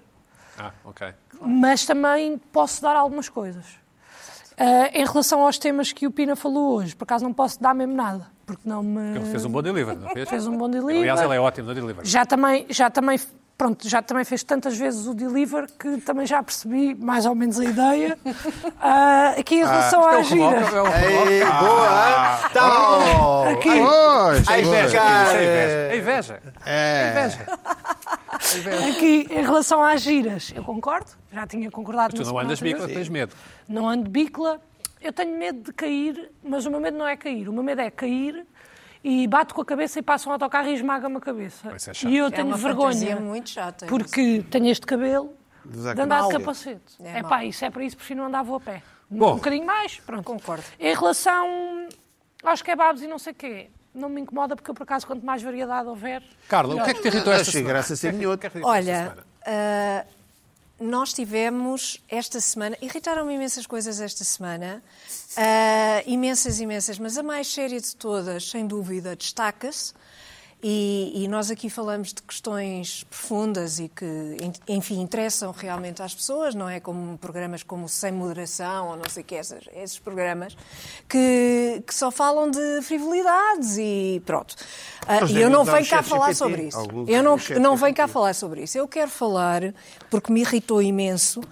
Speaker 2: Ah, ok.
Speaker 5: mas também posso dar algumas coisas. Ah, em relação aos temas que o Pina falou hoje, por acaso não posso dar mesmo nada, porque não me.
Speaker 2: Ele fez um bom delivery, não fez?
Speaker 5: Fez um bom delivery.
Speaker 2: Aliás, ele é ótimo no delivery.
Speaker 5: Já também, já também, pronto, já também fez tantas vezes o deliver que também já percebi mais ou menos
Speaker 2: [LAUGHS]
Speaker 5: a ideia. Ah, aqui em relação à
Speaker 2: Ele provoca-
Speaker 5: gira.
Speaker 2: ele provoca-
Speaker 6: Ei, boa!
Speaker 2: ah,
Speaker 6: Então!
Speaker 5: Aqui,
Speaker 2: É Tá inveja,
Speaker 6: cara.
Speaker 2: é inveja. É inveja.
Speaker 5: aqui, em relação às giras, eu concordo, já tinha concordado
Speaker 2: Tu
Speaker 5: na
Speaker 2: não
Speaker 5: semana
Speaker 2: andas
Speaker 5: anterior.
Speaker 2: bicla, tens medo.
Speaker 5: Não ando bicla. Eu tenho medo de cair, mas o meu medo não é cair. O meu medo é cair e bato com a cabeça e passo um autocarro e esmaga-me a cabeça.
Speaker 2: Isso é chato.
Speaker 5: e eu
Speaker 4: É
Speaker 5: tenho
Speaker 4: uma
Speaker 5: vergonha.
Speaker 4: fantasia muito chata, é
Speaker 5: Porque tenho este cabelo
Speaker 3: Usar
Speaker 5: de andar de
Speaker 3: capacete.
Speaker 5: capacete.
Speaker 4: É
Speaker 5: É
Speaker 4: mau.
Speaker 5: pá, isso é para isso, prefiro não andar vou a pé.
Speaker 2: Bom.
Speaker 5: um bocadinho mais, pronto.
Speaker 4: Concordo.
Speaker 5: Em relação aos kebabs e não sei o quê, não me incomoda porque eu, por acaso, quanto mais variedade houver...
Speaker 2: Carla, o que é que te irritou esta
Speaker 3: Achei
Speaker 2: semana?
Speaker 3: graça a ser minhoto.
Speaker 4: Olha, ah, nós tivemos esta semana, irritaram-me imensas coisas esta semana, ah, imensas, imensas, mas a mais séria de todas, sem dúvida, destaca-se, E, e nós aqui falamos de questões profundas e que, enfim, interessam realmente às pessoas, não é? Como programas como Sem Moderação ou não sei o que, essas, esses programas, que, que só falam de frivolidades e pronto. Ah,
Speaker 3: Nós
Speaker 4: E eu não
Speaker 3: devemos
Speaker 4: venho
Speaker 3: dar o
Speaker 4: cá
Speaker 3: chat
Speaker 4: falar
Speaker 3: GPT,
Speaker 4: sobre isso.
Speaker 3: alguns
Speaker 4: Eu não,
Speaker 3: do chat
Speaker 4: não venho cá
Speaker 3: GPT.
Speaker 4: falar sobre isso. Eu quero falar, porque me irritou imenso,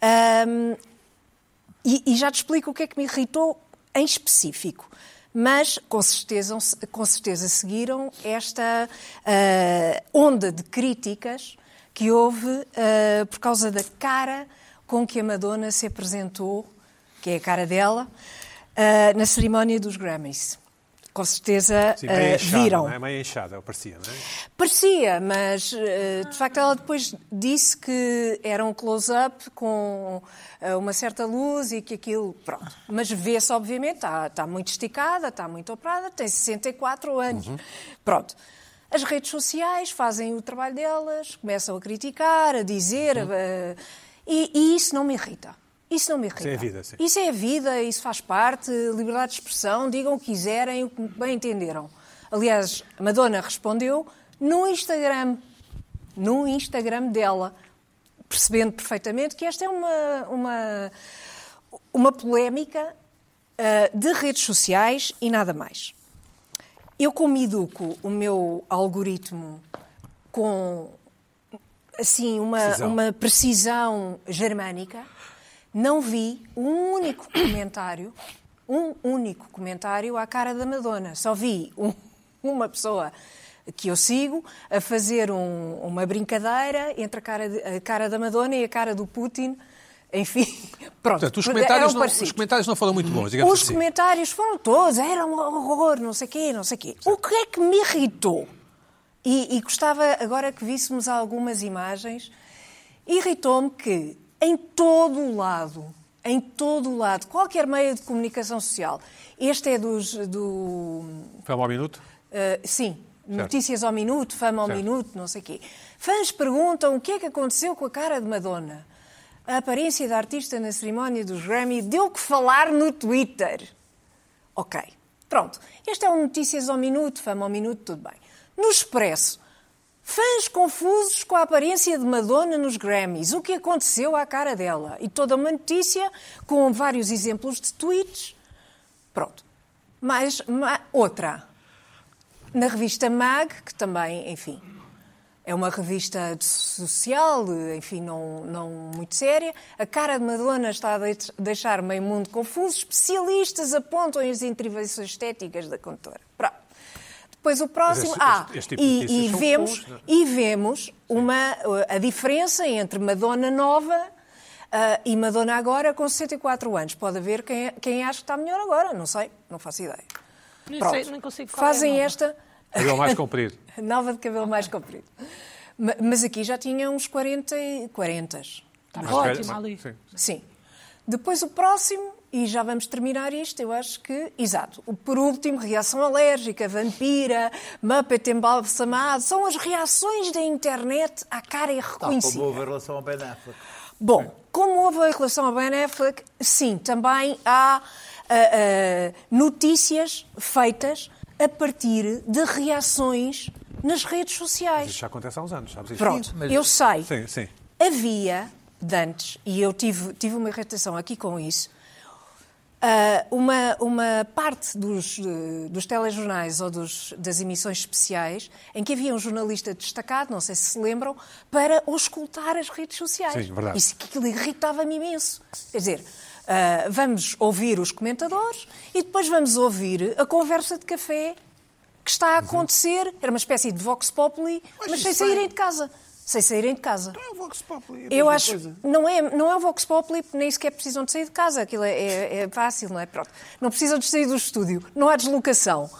Speaker 4: ahm, e, e já te explico o que é que me irritou em específico. Mas com certeza, com certeza seguiram esta ah, onda de críticas que houve ah, por causa da cara com que a Madonna se apresentou, que é a cara dela, ah, na cerimónia dos Grammys. Com certeza
Speaker 2: Sim,
Speaker 4: ah,
Speaker 2: meio enxada,
Speaker 4: viram.
Speaker 2: não é? Meio enxada, parecia, não é?
Speaker 4: Parecia, mas eh, de facto ela depois disse que era um close-up com eh, uma certa luz e que aquilo. Pronto. Mas vê-se, obviamente, está, está muito esticada, está muito operada, tem 64 anos. Pronto. As redes sociais fazem o trabalho delas, começam a criticar, a dizer. eh, e, e isso não me irrita. Isso não me irrita.
Speaker 2: Isso é a vida, sim.
Speaker 4: Isso é a vida, isso faz parte, liberdade de expressão, digam o que quiserem, o que bem entenderam. Aliás, a Madonna respondeu no Instagram, no Instagram dela, percebendo perfeitamente que esta é uma, uma, uma polémica ah, de redes sociais e nada mais. Eu, como educo o meu algoritmo com assim, uma
Speaker 2: Precisão.
Speaker 4: uma precisão germânica, não vi um único comentário, um único comentário à cara da Madonna. Só vi um- uma pessoa que eu sigo a fazer um- uma brincadeira entre a cara, de- a cara da Madonna e a cara do Putin. Enfim, [LAUGHS] pronto. é um
Speaker 2: Portanto, os
Speaker 5: é
Speaker 4: eram
Speaker 5: um
Speaker 2: comentários, não,
Speaker 4: parecidos.
Speaker 2: os comentários não foram muito bons, digamos
Speaker 4: Os
Speaker 2: assim.
Speaker 4: comentários foram todos, era um horror, não sei quê, não sei quê. O que é que me irritou? E, e gostava agora que víssemos algumas imagens. Irritou-me que em todo o lado, em todo o lado, qualquer meio de comunicação social, este é dos, do,
Speaker 2: Vamos ao minuto?
Speaker 4: Uh, sim, notícias ao minuto, fama ao
Speaker 2: Certo.
Speaker 4: minuto, não sei quê. Fãs perguntam o que é que aconteceu com a cara de Madonna. A aparência da artista na cerimónia dos Grammy deu que falar no Twitter. Ok, pronto. Este é um notícias ao minuto, fama ao minuto, tudo bem. No Expresso, fãs confusos com a aparência de Madonna nos Grammys. O que aconteceu à cara dela? E toda uma notícia com vários exemplos de tweets. Pronto. Mais ma- outra. Na revista MAG, que também, enfim, é uma revista de social, eh, enfim, não, não muito séria, a cara de Madonna está a deix- deixar meio mundo confuso. Especialistas apontam as intervenções estéticas da cantora. Pronto. Depois o próximo.
Speaker 2: este-
Speaker 4: ah,
Speaker 2: este- este tipo de notícias
Speaker 4: e, e
Speaker 2: são
Speaker 4: vemos,
Speaker 2: comuns, não é?
Speaker 4: e vemos uma, a diferença entre Madonna nova ah, e Madonna agora com 64 anos. Pode haver quem, quem acha que está melhor agora. Não sei, não faço ideia.
Speaker 5: Nem
Speaker 4: Pronto.
Speaker 5: sei, nem consigo qual é a
Speaker 4: Fazem
Speaker 5: nova.
Speaker 4: esta
Speaker 2: Cabelo mais comprido.
Speaker 4: nova de cabelo mais comprido. Ma- Mas aqui já tinha uns 40 e 40.
Speaker 5: Está
Speaker 2: Mais
Speaker 5: Tá ótimo
Speaker 2: velho.
Speaker 5: ali.
Speaker 2: Sim.
Speaker 4: Sim. Depois o próximo, e já vamos terminar isto, eu acho que. Exato. O Por último, reação alérgica, vampira, Muppet embalsamado. São as reações da internet à cara
Speaker 6: Ah, Como
Speaker 4: irreconhecível.
Speaker 6: houve em relação ao Ben Affleck.
Speaker 4: Bom, como houve em relação ao Ben Affleck, sim, também há ah, ah, notícias feitas a partir de reações nas redes sociais.
Speaker 2: Isso já acontece há uns anos, sabes isso?
Speaker 4: Pronto,
Speaker 6: Sim, mas-
Speaker 4: eu sei.
Speaker 2: Sim, sim.
Speaker 4: Havia, de antes, e eu tive, tive uma irritação aqui com isso, ah, uma, uma parte dos, eh, dos telejornais ou dos, das emissões especiais em que havia um jornalista destacado, não sei se se lembram, para auscultar as redes sociais.
Speaker 2: Sim, verdade.
Speaker 4: Isso aquilo irritava-me imenso. Quer dizer, ah, vamos ouvir os comentadores e depois vamos ouvir a conversa de café que está a acontecer. Era uma espécie de vox populi,
Speaker 3: Mas
Speaker 4: mas,
Speaker 3: isso
Speaker 4: sem
Speaker 3: sai-
Speaker 4: saírem de casa. Sem saírem de casa.
Speaker 2: Então,
Speaker 3: Não é o Vox Populi, é a
Speaker 4: Eu
Speaker 3: mesma
Speaker 4: acho
Speaker 3: coisa.
Speaker 4: não é não é o vox populi, nem sequer precisam de sair de casa, aquilo é, é- é fácil, não é? Pronto. Não precisam de sair do estúdio, não há deslocação.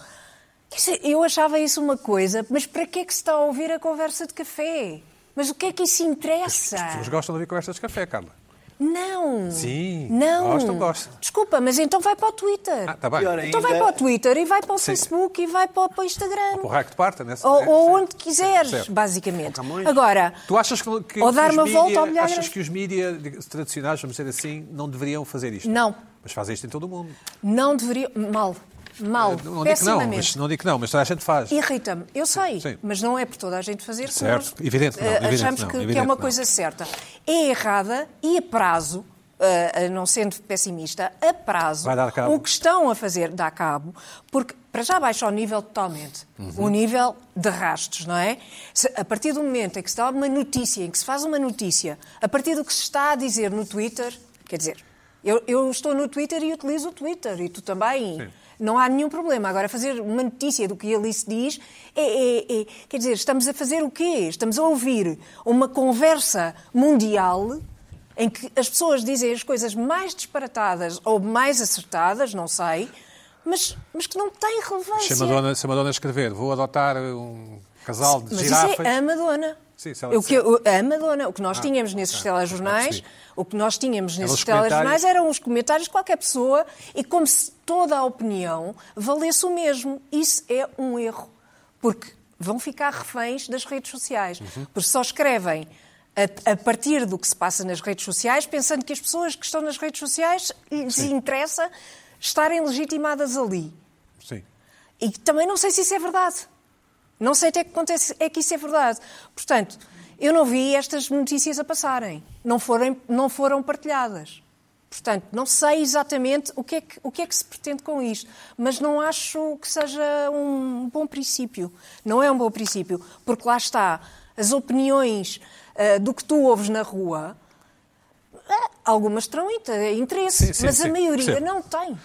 Speaker 4: Isso- eu achava isso uma coisa, mas para que é que se está a ouvir a conversa de café? Mas o que é que isso interessa?
Speaker 2: As pessoas gostam de ouvir conversas de café, Carla.
Speaker 4: Não.
Speaker 2: Sim,
Speaker 4: Não.
Speaker 2: gostam, gostam.
Speaker 4: Desculpa, mas então vai para o Twitter.
Speaker 2: Ah, está bem.
Speaker 6: Pior
Speaker 4: Então vai
Speaker 6: ainda-
Speaker 4: para o Twitter e vai para o
Speaker 2: Sim.
Speaker 4: Facebook e vai para, o- para o Instagram.
Speaker 2: O raio que te parta, né?
Speaker 4: Ou,
Speaker 2: É,
Speaker 4: ou
Speaker 2: sim.
Speaker 4: onde quiseres,
Speaker 2: Certo.
Speaker 4: basicamente.
Speaker 3: Camões.
Speaker 4: Agora,
Speaker 2: Tu achas que, que
Speaker 4: Ou dar
Speaker 2: os
Speaker 4: uma
Speaker 2: mídia-
Speaker 4: volta ao milhar
Speaker 2: Achas
Speaker 4: grande.
Speaker 2: que os mídia dig- tradicionais, vamos dizer assim, não deveriam fazer isto?
Speaker 4: Não.
Speaker 2: Mas fazem isto em todo o mundo.
Speaker 4: não deveria. Mal. Mal,
Speaker 2: Não, não digo Eh, é que não, mas,
Speaker 4: pessimamente.
Speaker 2: não digo que não, mas toda a gente faz.
Speaker 4: Irrita-me, eu sei,
Speaker 2: Sim.
Speaker 4: mas não é por toda a gente fazer. que
Speaker 2: Certo,
Speaker 4: nós,
Speaker 2: evidente não,
Speaker 4: eh,
Speaker 2: evidente
Speaker 4: achamos
Speaker 2: não,
Speaker 4: que, que é
Speaker 2: evidente
Speaker 4: uma
Speaker 2: não.
Speaker 4: coisa certa. É errada e a prazo, eh, eh, não sendo pessimista, a prazo,
Speaker 2: Vai dar cabo.
Speaker 4: o que estão a fazer dá cabo, porque para já baixa o nível totalmente, o nível de rastros, não é? Se- a partir do momento em que se dá uma notícia, em que se faz uma notícia, a partir do que se está a dizer no Twitter, quer dizer, eu, eu estou no Twitter e utilizo o Twitter, e tu também. Não há nenhum problema. Agora, fazer uma notícia do que ali se diz, é, é- é- quer dizer, estamos a fazer o quê? Estamos a ouvir uma conversa mundial em que as pessoas dizem as coisas mais disparatadas ou mais acertadas, não sei, mas, mas que não têm relevância.
Speaker 2: Se a, Madonna, se a Madonna escrever, vou adotar um casal de
Speaker 4: Mas
Speaker 2: girafas.
Speaker 4: isso é a Madonna.
Speaker 2: Sim, é se ela
Speaker 4: o que,
Speaker 2: disser.
Speaker 4: o- a Madonna, o que nós tínhamos nesses
Speaker 2: Ah, ok, já
Speaker 4: telejornais,
Speaker 2: percebi.
Speaker 4: o que nós tínhamos nesses
Speaker 2: os comentários.
Speaker 4: telejornais eram os comentários de qualquer pessoa e como se toda a opinião valesse o mesmo. Isso é um erro, porque vão ficar reféns das redes sociais,
Speaker 2: Uhum.
Speaker 4: porque só escrevem a, a partir do que se passa nas redes sociais, pensando que as pessoas que estão nas redes sociais lhes interessa estarem legitimadas ali.
Speaker 2: Sim.
Speaker 4: E também não sei se isso é verdade. Não sei até que ponto é se- é que isso é verdade. Portanto, eu não vi estas notícias a passarem. Não, forem, não foram partilhadas. Portanto, não sei exatamente o que, é que, o que é que se pretende com isto, mas não acho que seja um bom princípio. Não é um bom princípio, porque lá está, as opiniões ah, do que tu ouves na rua, ah, algumas terão inter- interesse,
Speaker 2: Sim, sim,
Speaker 4: mas
Speaker 2: sim,
Speaker 4: a maioria
Speaker 2: percebo.
Speaker 4: não tem.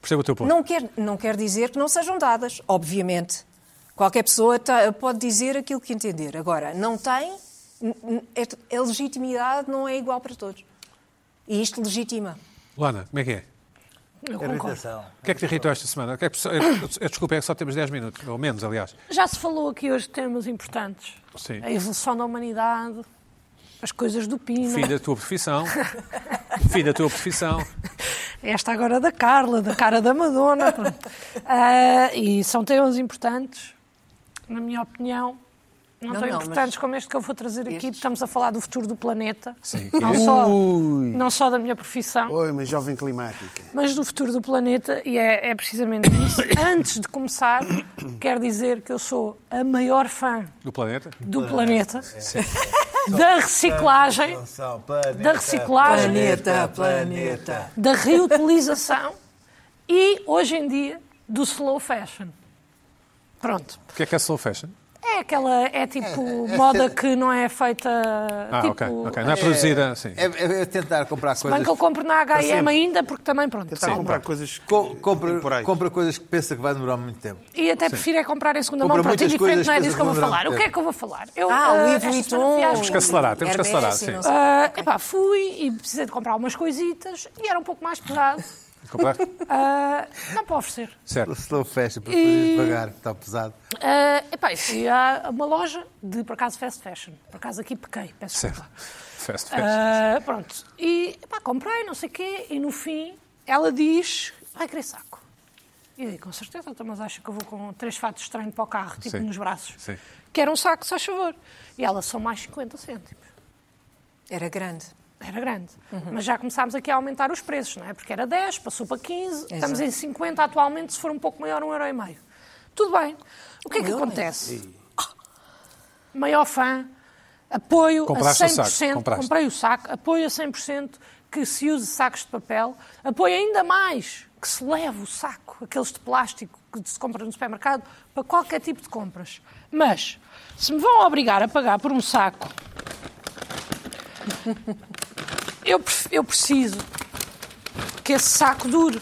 Speaker 2: Percebo o teu ponto.
Speaker 4: Não quer, não quer dizer que não sejam dadas, obviamente. Qualquer pessoa tá- pode dizer aquilo que entender. Agora, não tem. n- n- é- A legitimidade não é igual para todos. E isto legitima.
Speaker 2: Lana, como é que é?
Speaker 5: Eu concordo.
Speaker 6: Irritação.
Speaker 2: O que é que te irritou esta semana? O que é que- eh, Desculpa, é que só temos 10 minutos, ou menos, aliás.
Speaker 5: Já se falou aqui hoje de temas importantes.
Speaker 2: Sim.
Speaker 5: A evolução da humanidade, as coisas do Pina.
Speaker 2: Fim da tua
Speaker 4: [LAUGHS]
Speaker 2: profissão. Fim da tua profissão.
Speaker 5: [LAUGHS] Esta agora da Carla, da cara
Speaker 2: [LAUGHS]
Speaker 5: da Madonna. pronto. Ah, e são temas importantes, na minha opinião. Não,
Speaker 4: Não,
Speaker 5: tão
Speaker 4: não,
Speaker 5: importantes
Speaker 4: mas-
Speaker 5: como este que eu vou trazer aqui.
Speaker 4: Estes?
Speaker 5: Estamos a falar do futuro do planeta.
Speaker 2: Sim,
Speaker 5: não,
Speaker 2: que-
Speaker 5: só,
Speaker 3: Ui.
Speaker 5: não só da minha profissão,
Speaker 3: Oi, mas jovem climática.
Speaker 5: mas do futuro do planeta. E é, é precisamente
Speaker 2: [COUGHS]
Speaker 5: isso. Antes de começar, quero dizer que eu sou a maior fã
Speaker 2: Do planeta.
Speaker 5: do planeta, [LAUGHS] da reciclagem, da reciclagem,
Speaker 4: Planeta, planeta.
Speaker 5: da reutilização e, hoje em dia, do slow fashion. Pronto.
Speaker 2: O que é que é slow fashion?
Speaker 5: É aquela, é tipo moda que não é feita.
Speaker 2: Ah,
Speaker 5: tipo,
Speaker 2: ok, ok. Não é produzida, sim.
Speaker 6: É, é- é tentar comprar
Speaker 5: Bem
Speaker 6: coisas.
Speaker 5: que eu compro na HM
Speaker 6: sempre.
Speaker 5: ainda, porque também, pronto.
Speaker 3: Está a comprar coisas que-
Speaker 6: Co- compra,
Speaker 3: temporais.
Speaker 6: compra coisas que pensa que vai demorar muito tempo.
Speaker 5: E até prefiro é comprar em segunda mão,
Speaker 6: Compra
Speaker 5: pronto, é
Speaker 6: muitas
Speaker 5: diferente,
Speaker 6: coisas,
Speaker 5: não é disso que eu vou
Speaker 6: coisas que
Speaker 5: falar. O
Speaker 6: vão
Speaker 5: que é que eu vou falar? Eu,
Speaker 4: Ah,
Speaker 5: eh,
Speaker 4: Louis
Speaker 5: esta
Speaker 4: Vuitton.
Speaker 5: semana fui às
Speaker 2: Temos que acelerar, temos que
Speaker 4: Hermes,
Speaker 2: acelerar,
Speaker 4: e
Speaker 2: sim.
Speaker 4: não sei.
Speaker 5: Ah, epá, fui e precisei de comprar umas coisitas e era um pouco mais pesado.
Speaker 2: Comprar?
Speaker 5: Ah, não para oferecer.
Speaker 2: Certo.
Speaker 6: Slow fashion, para poderes devagar, está pesado.
Speaker 5: Ah, epá, e fui a uma loja de, por acaso, fast fashion. Por acaso aqui pequei, peço
Speaker 2: Certo.
Speaker 5: desculpa.
Speaker 2: Fast fashion.
Speaker 5: Ah, pronto. E epá, comprei, não sei o quê, e no fim ela diz: vai querer saco. E eu digo, com certeza, então, mas acho que eu vou com três fatos de treino para o carro, tipo
Speaker 2: Sim.
Speaker 5: nos braços.
Speaker 2: Sim.
Speaker 5: Quero um saco, só favor. E ela, são mais 50 cêntimos.
Speaker 4: Era grande.
Speaker 5: Era grande.
Speaker 2: Uhum.
Speaker 5: Mas já começámos aqui a aumentar os preços, não é? Porque era 10, passou para 15, estamos em 50 atualmente, se for um pouco maior, um euro e meio. Tudo bem. O que é que
Speaker 4: euro?
Speaker 5: acontece? Maior fã, apoio
Speaker 2: Compraste
Speaker 5: a
Speaker 2: o
Speaker 5: 100%,
Speaker 2: saco, compraste.
Speaker 5: comprei o saco, apoio a 100% que se use sacos de papel, apoio ainda mais que se leve o saco, aqueles de plástico que se compra no supermercado, para qualquer tipo de compras. Mas, se me vão obrigar a pagar por um saco [LAUGHS] eu, pref- eu preciso que esse saco dure.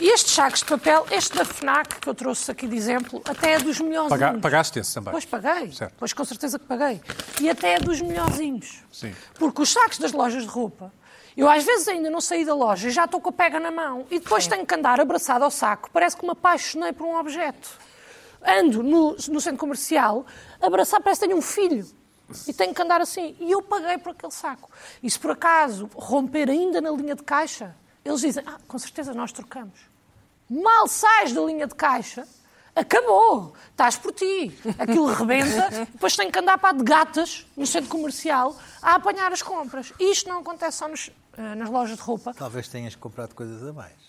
Speaker 5: E estes sacos de papel, este da FNAC, que eu trouxe aqui de exemplo, até é dos melhores.
Speaker 2: Paga- Pagaste esse também.
Speaker 5: Pois paguei,
Speaker 2: Certo.
Speaker 5: pois com certeza que paguei. E até é dos melhorzinhos.
Speaker 2: Sim.
Speaker 5: Porque os sacos das lojas de roupa, eu às vezes ainda não saí da loja e já estou com a pega na mão e depois tenho que andar abraçado ao saco. Parece que me apaixonei por um objeto. Ando no, no centro comercial, abraçado, parece que tenho um filho. E tenho que andar assim. E eu paguei por aquele saco. E se por acaso romper ainda na linha de caixa, eles dizem: Ah, com certeza nós trocamos mal sais da linha de caixa, acabou, estás por ti. Aquilo
Speaker 4: [LAUGHS]
Speaker 5: rebenta, depois tenho que andar para de gatas no centro comercial a apanhar as compras. E isto não acontece só nos- eh, nas lojas de roupa.
Speaker 6: Talvez tenhas comprado coisas a mais.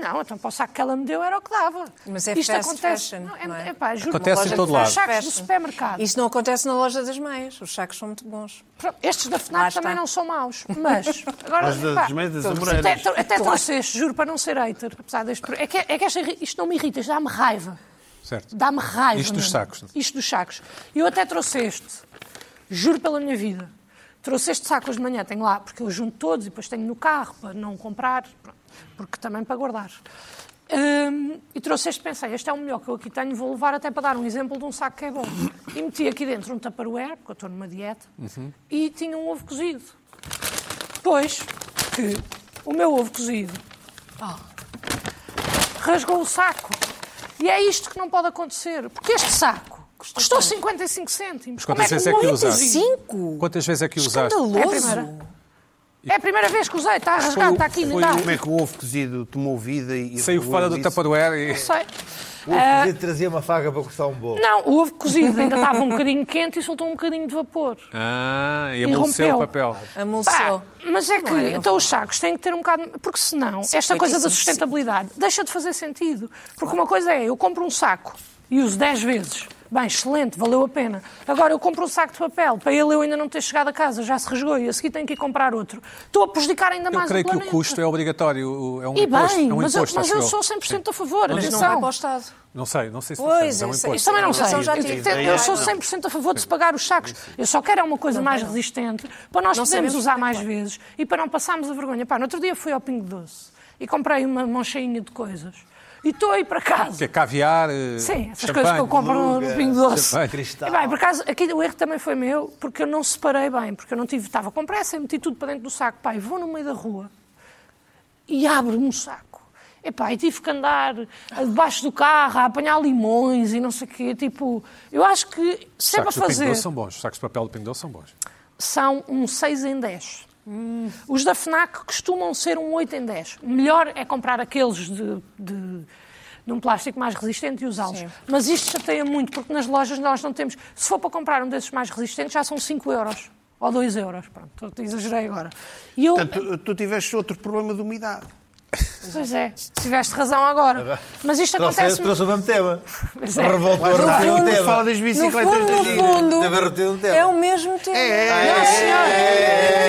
Speaker 5: Não, então para o saco que ela me deu era o que dava.
Speaker 4: Mas é
Speaker 5: Isto
Speaker 4: fast
Speaker 5: acontece.
Speaker 4: fashion,
Speaker 5: é,
Speaker 4: não é?
Speaker 5: epá, juro,
Speaker 2: Acontece
Speaker 5: uma
Speaker 2: em
Speaker 5: loja
Speaker 2: todo
Speaker 5: de
Speaker 2: lado.
Speaker 5: faz sacos do
Speaker 4: Fashion.
Speaker 5: supermercado.
Speaker 4: Isso não acontece na loja das meias. Os sacos são muito bons.
Speaker 5: Pronto, Estes da
Speaker 4: Lá
Speaker 5: FNAC
Speaker 4: está.
Speaker 5: também não são maus,
Speaker 4: [LAUGHS]
Speaker 5: mas... Agora,
Speaker 3: Mas das
Speaker 5: pá,
Speaker 3: meias das
Speaker 5: até
Speaker 3: Amoreiras.
Speaker 5: até trouxe este, juro, para não ser hater. Apesar deste, é que, é que esta, irri- isto não me irrita, isto dá-me raiva.
Speaker 2: Certo.
Speaker 5: Dá-me raiva.
Speaker 2: Isto dos
Speaker 5: mesmo.
Speaker 2: sacos, não? é?
Speaker 5: Isto dos sacos. Eu até trouxe este, juro pela minha vida. Trouxe este saco hoje de manhã, tenho lá, porque eu junto todos e depois tenho no carro para não comprar, pronto, porque também para guardar. Hum, e trouxe este, pensei, este é o melhor que eu aqui tenho, vou levar até para dar um exemplo de um saco que é bom. E meti aqui dentro um tupperware, porque eu estou numa dieta,
Speaker 2: Uhum.
Speaker 5: e tinha um ovo cozido. Pois, que o meu ovo cozido rasgou o saco. E é isto que não pode acontecer. Porque este saco custou 55 cêntimos. Como
Speaker 2: quantas
Speaker 5: é
Speaker 2: vezes
Speaker 5: que, um
Speaker 2: é que
Speaker 5: ovo
Speaker 2: usaste?
Speaker 5: cozido-
Speaker 4: Cinco?
Speaker 2: Quantas vezes é que usaste?
Speaker 5: É a
Speaker 4: Escandaloso.
Speaker 5: primeira. É a primeira vez que usei. Está rasgado,
Speaker 2: o-
Speaker 5: está aqui.
Speaker 2: foi
Speaker 5: Está.
Speaker 3: Como é que o ovo cozido tomou vida e.
Speaker 2: Saiu fora do Tupperware e...
Speaker 5: Sei.
Speaker 6: Podia trazer uma faca para cortar um bolo.
Speaker 5: Ah. Não, o ovo cozido ainda estava um bocadinho quente e soltou um bocadinho de vapor.
Speaker 2: Ah, e
Speaker 5: E
Speaker 2: amoleceu o
Speaker 5: rompeu.
Speaker 2: papel.
Speaker 4: Amolceu.
Speaker 5: Pá, mas é que
Speaker 4: Não é, não
Speaker 5: então os sacos têm que ter um bocado. Porque senão, esta coisa da sustentabilidade deixa de fazer sentido. Porque uma coisa é, eu compro um saco e uso 10 vezes. Bem, excelente, valeu a pena. Agora eu compro um saco de papel, para ele eu ainda não ter chegado a casa, já se rasgou e a seguir tenho que ir comprar outro. Estou a prejudicar ainda
Speaker 2: Eu
Speaker 5: mais
Speaker 2: creio
Speaker 5: o
Speaker 2: que
Speaker 5: planeta.
Speaker 2: o custo é obrigatório, o- é um
Speaker 5: E
Speaker 2: imposto.
Speaker 5: bem,
Speaker 2: é um
Speaker 5: mas,
Speaker 2: imposto,
Speaker 5: eu, mas
Speaker 2: acho
Speaker 5: eu sou 100% a
Speaker 4: Mas
Speaker 5: favor,
Speaker 4: não
Speaker 5: atenção.
Speaker 4: vai para o Estado.
Speaker 2: Não sei, não sei se
Speaker 4: Pois,
Speaker 2: não sei, mas é um
Speaker 4: eu sei.
Speaker 2: imposto.
Speaker 5: Isso também não
Speaker 4: Isso
Speaker 5: sei.
Speaker 4: já
Speaker 5: Eu,
Speaker 4: tive.
Speaker 5: te- eu sou 100% a favor de se pagar os sacos. Eu só quero é uma coisa mais resistente, para nós
Speaker 4: Não
Speaker 5: podermos
Speaker 4: sabemos
Speaker 5: usar
Speaker 4: como é
Speaker 5: mais
Speaker 4: que
Speaker 5: vezes e para não passarmos a vergonha. Pá, no outro dia fui ao Pingo Doce e comprei uma mão cheinha de coisas. E estou aí para
Speaker 2: Que
Speaker 5: casa.
Speaker 2: é caviar, eh,
Speaker 5: Sim, essas
Speaker 2: champanhe. Hum.
Speaker 5: coisas que eu compro no- no Pingo Doce.
Speaker 2: champanhe.
Speaker 6: Cristal.
Speaker 5: E bem, por acaso, aqui o erro também foi meu, porque eu não separei bem, porque eu não tive, estava com pressa, e meti tudo para dentro do saco. Pai, vou no meio da rua e abro-me um saco. Epá, e tive que andar debaixo do carro a apanhar limões e não sei o quê. Tipo, eu acho que
Speaker 2: Os
Speaker 5: sempre a
Speaker 2: sacos do Pingo
Speaker 5: fazer
Speaker 2: Doce são bons. Os sacos de papel do Pingo Doce são bons.
Speaker 5: são um 6 em 10. Os da FNAC costumam ser um 8 em 10. Melhor é comprar aqueles de, de, de um plástico mais resistente e usá-los. Mas isto chateia muito, porque nas lojas nós não temos... Se for para comprar um desses mais resistentes, já são 5 euros. Ou 2 euros. Pronto, exagerei agora. E eu...
Speaker 3: Portanto, tu tiveste outro problema de umidade.
Speaker 5: Pois é, tiveste razão agora. Mas isto
Speaker 6: Trouxe,
Speaker 5: acontece...
Speaker 6: trouxe o mesmo
Speaker 5: [LAUGHS]
Speaker 6: tema.
Speaker 5: Pois é.
Speaker 6: Revoltou,
Speaker 3: No
Speaker 6: rebateu o
Speaker 3: fundo,
Speaker 6: tema.
Speaker 3: fala das
Speaker 4: No
Speaker 3: bicicletas
Speaker 4: fundo, no
Speaker 3: da China. é.
Speaker 6: Deve
Speaker 4: fundo,
Speaker 6: ter um
Speaker 4: é o mesmo tema. Não, senhor.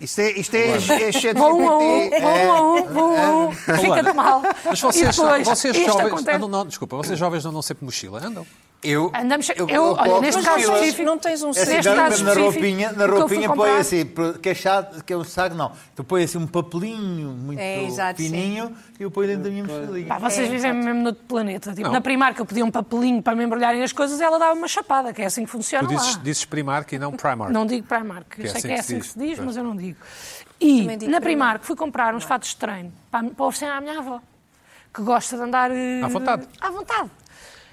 Speaker 3: Isto é, isto é, é chat
Speaker 5: Vou um a um,
Speaker 3: GPT.
Speaker 5: vou um a um, vou um a um. Fica-te mal.
Speaker 2: Mas vocês,
Speaker 5: e depois,
Speaker 2: vocês
Speaker 5: isto
Speaker 2: jovens...
Speaker 5: acontece.
Speaker 2: Andam, não, desculpa, vocês jovens andam sempre de mochila. Andam.
Speaker 6: Eu,
Speaker 5: Andamos- eu- olha,
Speaker 6: coloco
Speaker 5: neste
Speaker 4: Mas não
Speaker 5: caso
Speaker 6: os filhos.
Speaker 4: tens-
Speaker 5: específico.
Speaker 4: não tens um
Speaker 6: É assim,
Speaker 5: neste
Speaker 6: na-
Speaker 4: sexto.
Speaker 5: caso
Speaker 6: na
Speaker 5: específico
Speaker 6: roupinha, na
Speaker 5: que eu fui
Speaker 6: roupinha põe
Speaker 5: comprar-
Speaker 6: assim, pro- que é chato, que é um saco, não. Tu põe assim um papelinho muito
Speaker 4: É, exato, sim.
Speaker 6: fininho e eu ponho dentro da minha mochilinha.
Speaker 4: Tipo,
Speaker 5: Pá,
Speaker 4: é,
Speaker 5: vocês vivem mesmo noutro planeta. Tipo, na Primark eu pedia um papelinho para me embrulharem as coisas e ela dava uma chapada, que é assim que funciona
Speaker 2: Tu dizes,
Speaker 5: lá.
Speaker 2: dizes Primark e não Primark.
Speaker 5: Não digo Primark, eu
Speaker 2: é
Speaker 5: sei
Speaker 2: assim
Speaker 5: que é
Speaker 2: que se
Speaker 5: assim que
Speaker 2: diz,
Speaker 5: se diz,
Speaker 2: pois.
Speaker 5: mas eu não digo. E
Speaker 4: Também digo
Speaker 5: na
Speaker 4: Primark.
Speaker 5: Primark fui comprar uns fatos de treino para, para oferecer à minha avó, que gosta de andar... eh,
Speaker 2: À vontade.
Speaker 5: À vontade.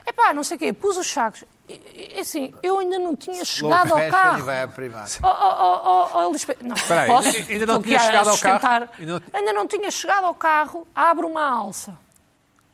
Speaker 5: Epá, não sei o quê, pus os sacos. E, e, assim, eu ainda não tinha
Speaker 6: Logo
Speaker 5: chegado ao
Speaker 6: fecha
Speaker 5: carro.
Speaker 6: e vai à privada.
Speaker 5: Oh, oh, oh, oh, oh, Lisbeth. Não,
Speaker 2: Espera aí,
Speaker 5: posso?
Speaker 2: ainda- ainda não
Speaker 5: Estou
Speaker 2: tinha
Speaker 5: aqui a
Speaker 2: chegado ao
Speaker 5: sustentar.
Speaker 2: carro? Ainda não-
Speaker 5: Ainda não tinha chegado ao carro, abro uma alça.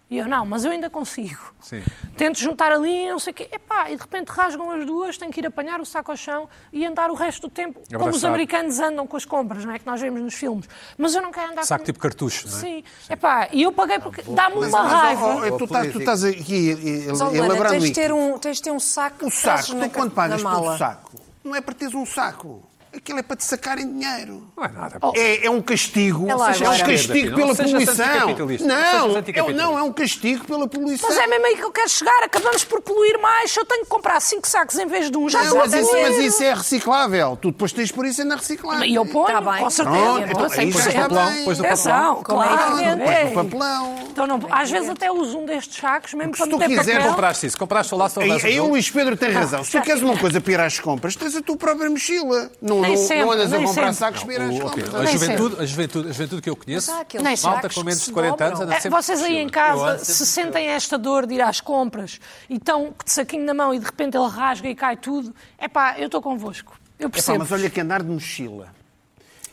Speaker 5: E eu, não, mas eu ainda consigo.
Speaker 2: Sim.
Speaker 5: Tento juntar ali, não sei o quê. Epá, e de repente rasgam as duas, tenho que ir apanhar o saco ao chão e andar o resto do tempo, como os
Speaker 2: Abraçado.
Speaker 5: americanos andam com as compras, não é? Que nós vemos nos filmes. Mas eu não quero andar
Speaker 2: Saco
Speaker 5: com...
Speaker 2: tipo cartucho, não é? Ah,
Speaker 5: Sim. Epá, e eu paguei porque dá-me uma
Speaker 3: Mas,
Speaker 2: oh,
Speaker 3: ó,
Speaker 5: raiva.
Speaker 3: ó, tu, estás, tu estás aqui eh,
Speaker 4: Mas, Holanda,
Speaker 3: elaborando
Speaker 4: tens de
Speaker 3: isto.
Speaker 4: ter um, tens de ter um saco
Speaker 3: O
Speaker 4: que trazes
Speaker 3: saco,
Speaker 4: na,
Speaker 3: tu quando
Speaker 4: ca- na
Speaker 3: pagas pelo
Speaker 4: mala.
Speaker 3: saco, não é para teres um saco. Aquilo é para te sacarem dinheiro.
Speaker 2: Não é nada.
Speaker 5: Oh, então-
Speaker 3: É, é um castigo.
Speaker 4: É lá,
Speaker 3: é um
Speaker 4: agora.
Speaker 3: castigo
Speaker 2: Não
Speaker 3: pela
Speaker 2: sejas
Speaker 3: poluição.
Speaker 2: anticapitalista. Não sejas
Speaker 3: Não, é,
Speaker 2: anticapitalista.
Speaker 3: não, é um castigo pela poluição.
Speaker 5: Mas é mesmo aí que eu quero chegar, acabamos por poluir mais, se eu tenho que comprar cinco sacos em vez de um, já
Speaker 3: Não,
Speaker 5: estou a
Speaker 3: mas, isso, mas
Speaker 5: poluir.
Speaker 3: isso é reciclável. Tu depois tens por isso é na reciclagem.
Speaker 5: E eu ponho,
Speaker 4: Tá bem.
Speaker 5: com certeza.
Speaker 3: Pronto,
Speaker 5: eu
Speaker 3: então
Speaker 5: vou
Speaker 3: aí
Speaker 5: sem
Speaker 3: já
Speaker 5: problema.
Speaker 3: está bem. Depois
Speaker 2: do
Speaker 5: Atenção,
Speaker 4: papelão.
Speaker 5: É claro.
Speaker 4: Como é
Speaker 5: ei.
Speaker 3: Depois do papelão.
Speaker 5: Então não, às vezes até uso um destes sacos, mesmo
Speaker 3: Porque
Speaker 5: para
Speaker 3: se tu
Speaker 5: meter
Speaker 3: quiseres
Speaker 5: papel.
Speaker 2: Compraste isso, compraste o laço
Speaker 3: Aí,
Speaker 2: ao
Speaker 3: aí o Luís Pedro tem razão. Se tu
Speaker 5: Ah, já
Speaker 3: queres uma coisa para ir às compras, tens a tua própria mochila. Não,
Speaker 5: Nem
Speaker 3: não,
Speaker 5: sempre,
Speaker 3: não andas a
Speaker 5: nem
Speaker 3: comprar
Speaker 5: sempre.
Speaker 3: sacos para ir às
Speaker 2: Ok,
Speaker 3: compras. é?
Speaker 2: a,
Speaker 5: Nem
Speaker 2: juventude, a, juventude, a juventude que eu conheço,
Speaker 4: Mas há aqueles
Speaker 2: malta
Speaker 4: sacos
Speaker 2: com
Speaker 4: que
Speaker 2: menos
Speaker 4: se
Speaker 2: de 40 anos,
Speaker 4: dobram.
Speaker 2: anda
Speaker 5: É,
Speaker 2: sempre
Speaker 5: Vocês aí em
Speaker 6: Eu
Speaker 5: casa,
Speaker 6: ando sempre
Speaker 5: se sentem esta dor de ir às compras e estão de saquinho na mão e de repente ele rasga e cai tudo, é pá, eu estou convosco. Eu
Speaker 3: Epá,
Speaker 5: percebo.
Speaker 3: mas olha que andar de mochila.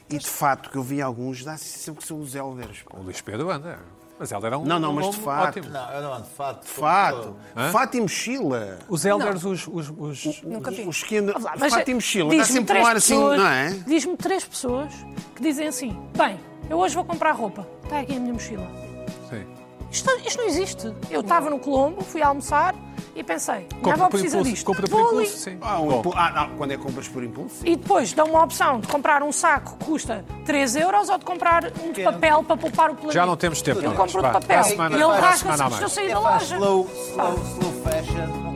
Speaker 3: E de fato, que eu vi alguns, dá-se sempre que são os elders. pô.
Speaker 2: O Luís Pedro anda. Mas ela era um.
Speaker 3: Não, não,
Speaker 2: um
Speaker 3: mas de
Speaker 2: bom-
Speaker 3: fato.
Speaker 2: Ótimo.
Speaker 6: Não, eu não ando de fato.
Speaker 3: De fato. De fato e mochila.
Speaker 2: Os elders, os. os, os...
Speaker 4: Nunca vi.
Speaker 3: Os que andam.
Speaker 5: Vá,
Speaker 3: De fato e mochila. Dá
Speaker 5: Ah, é- diz-me
Speaker 3: sempre
Speaker 5: três
Speaker 3: um ar assim,
Speaker 5: pessoas-
Speaker 3: não é?
Speaker 5: Diz-me três pessoas que dizem assim: bem, eu hoje vou comprar roupa. está aqui a minha mochila.
Speaker 2: Sim.
Speaker 5: Isto, isto não existe. Eu estava no Colombo, fui almoçar e pensei, minha avó
Speaker 2: por
Speaker 5: precisa
Speaker 2: impulso,
Speaker 5: disto.
Speaker 2: compra por
Speaker 5: Vou ali.
Speaker 2: impulso, sim.
Speaker 3: Ah, um
Speaker 2: Bom,
Speaker 3: impu- ah, não, quando é compras por impulso?
Speaker 5: E depois dão uma opção de comprar um saco que custa 3 euros ou de comprar um de papel para poupar o planeta.
Speaker 2: Já não temos tempo,
Speaker 5: Eu
Speaker 2: Inês.
Speaker 5: compro
Speaker 2: Vá,
Speaker 5: de papel
Speaker 2: para a semana-
Speaker 5: e ele
Speaker 2: para a
Speaker 6: É
Speaker 5: rasga-se
Speaker 2: semana há
Speaker 5: antes de eu
Speaker 2: mais.
Speaker 5: sair da loja.
Speaker 6: Slow, slow, slow fashion.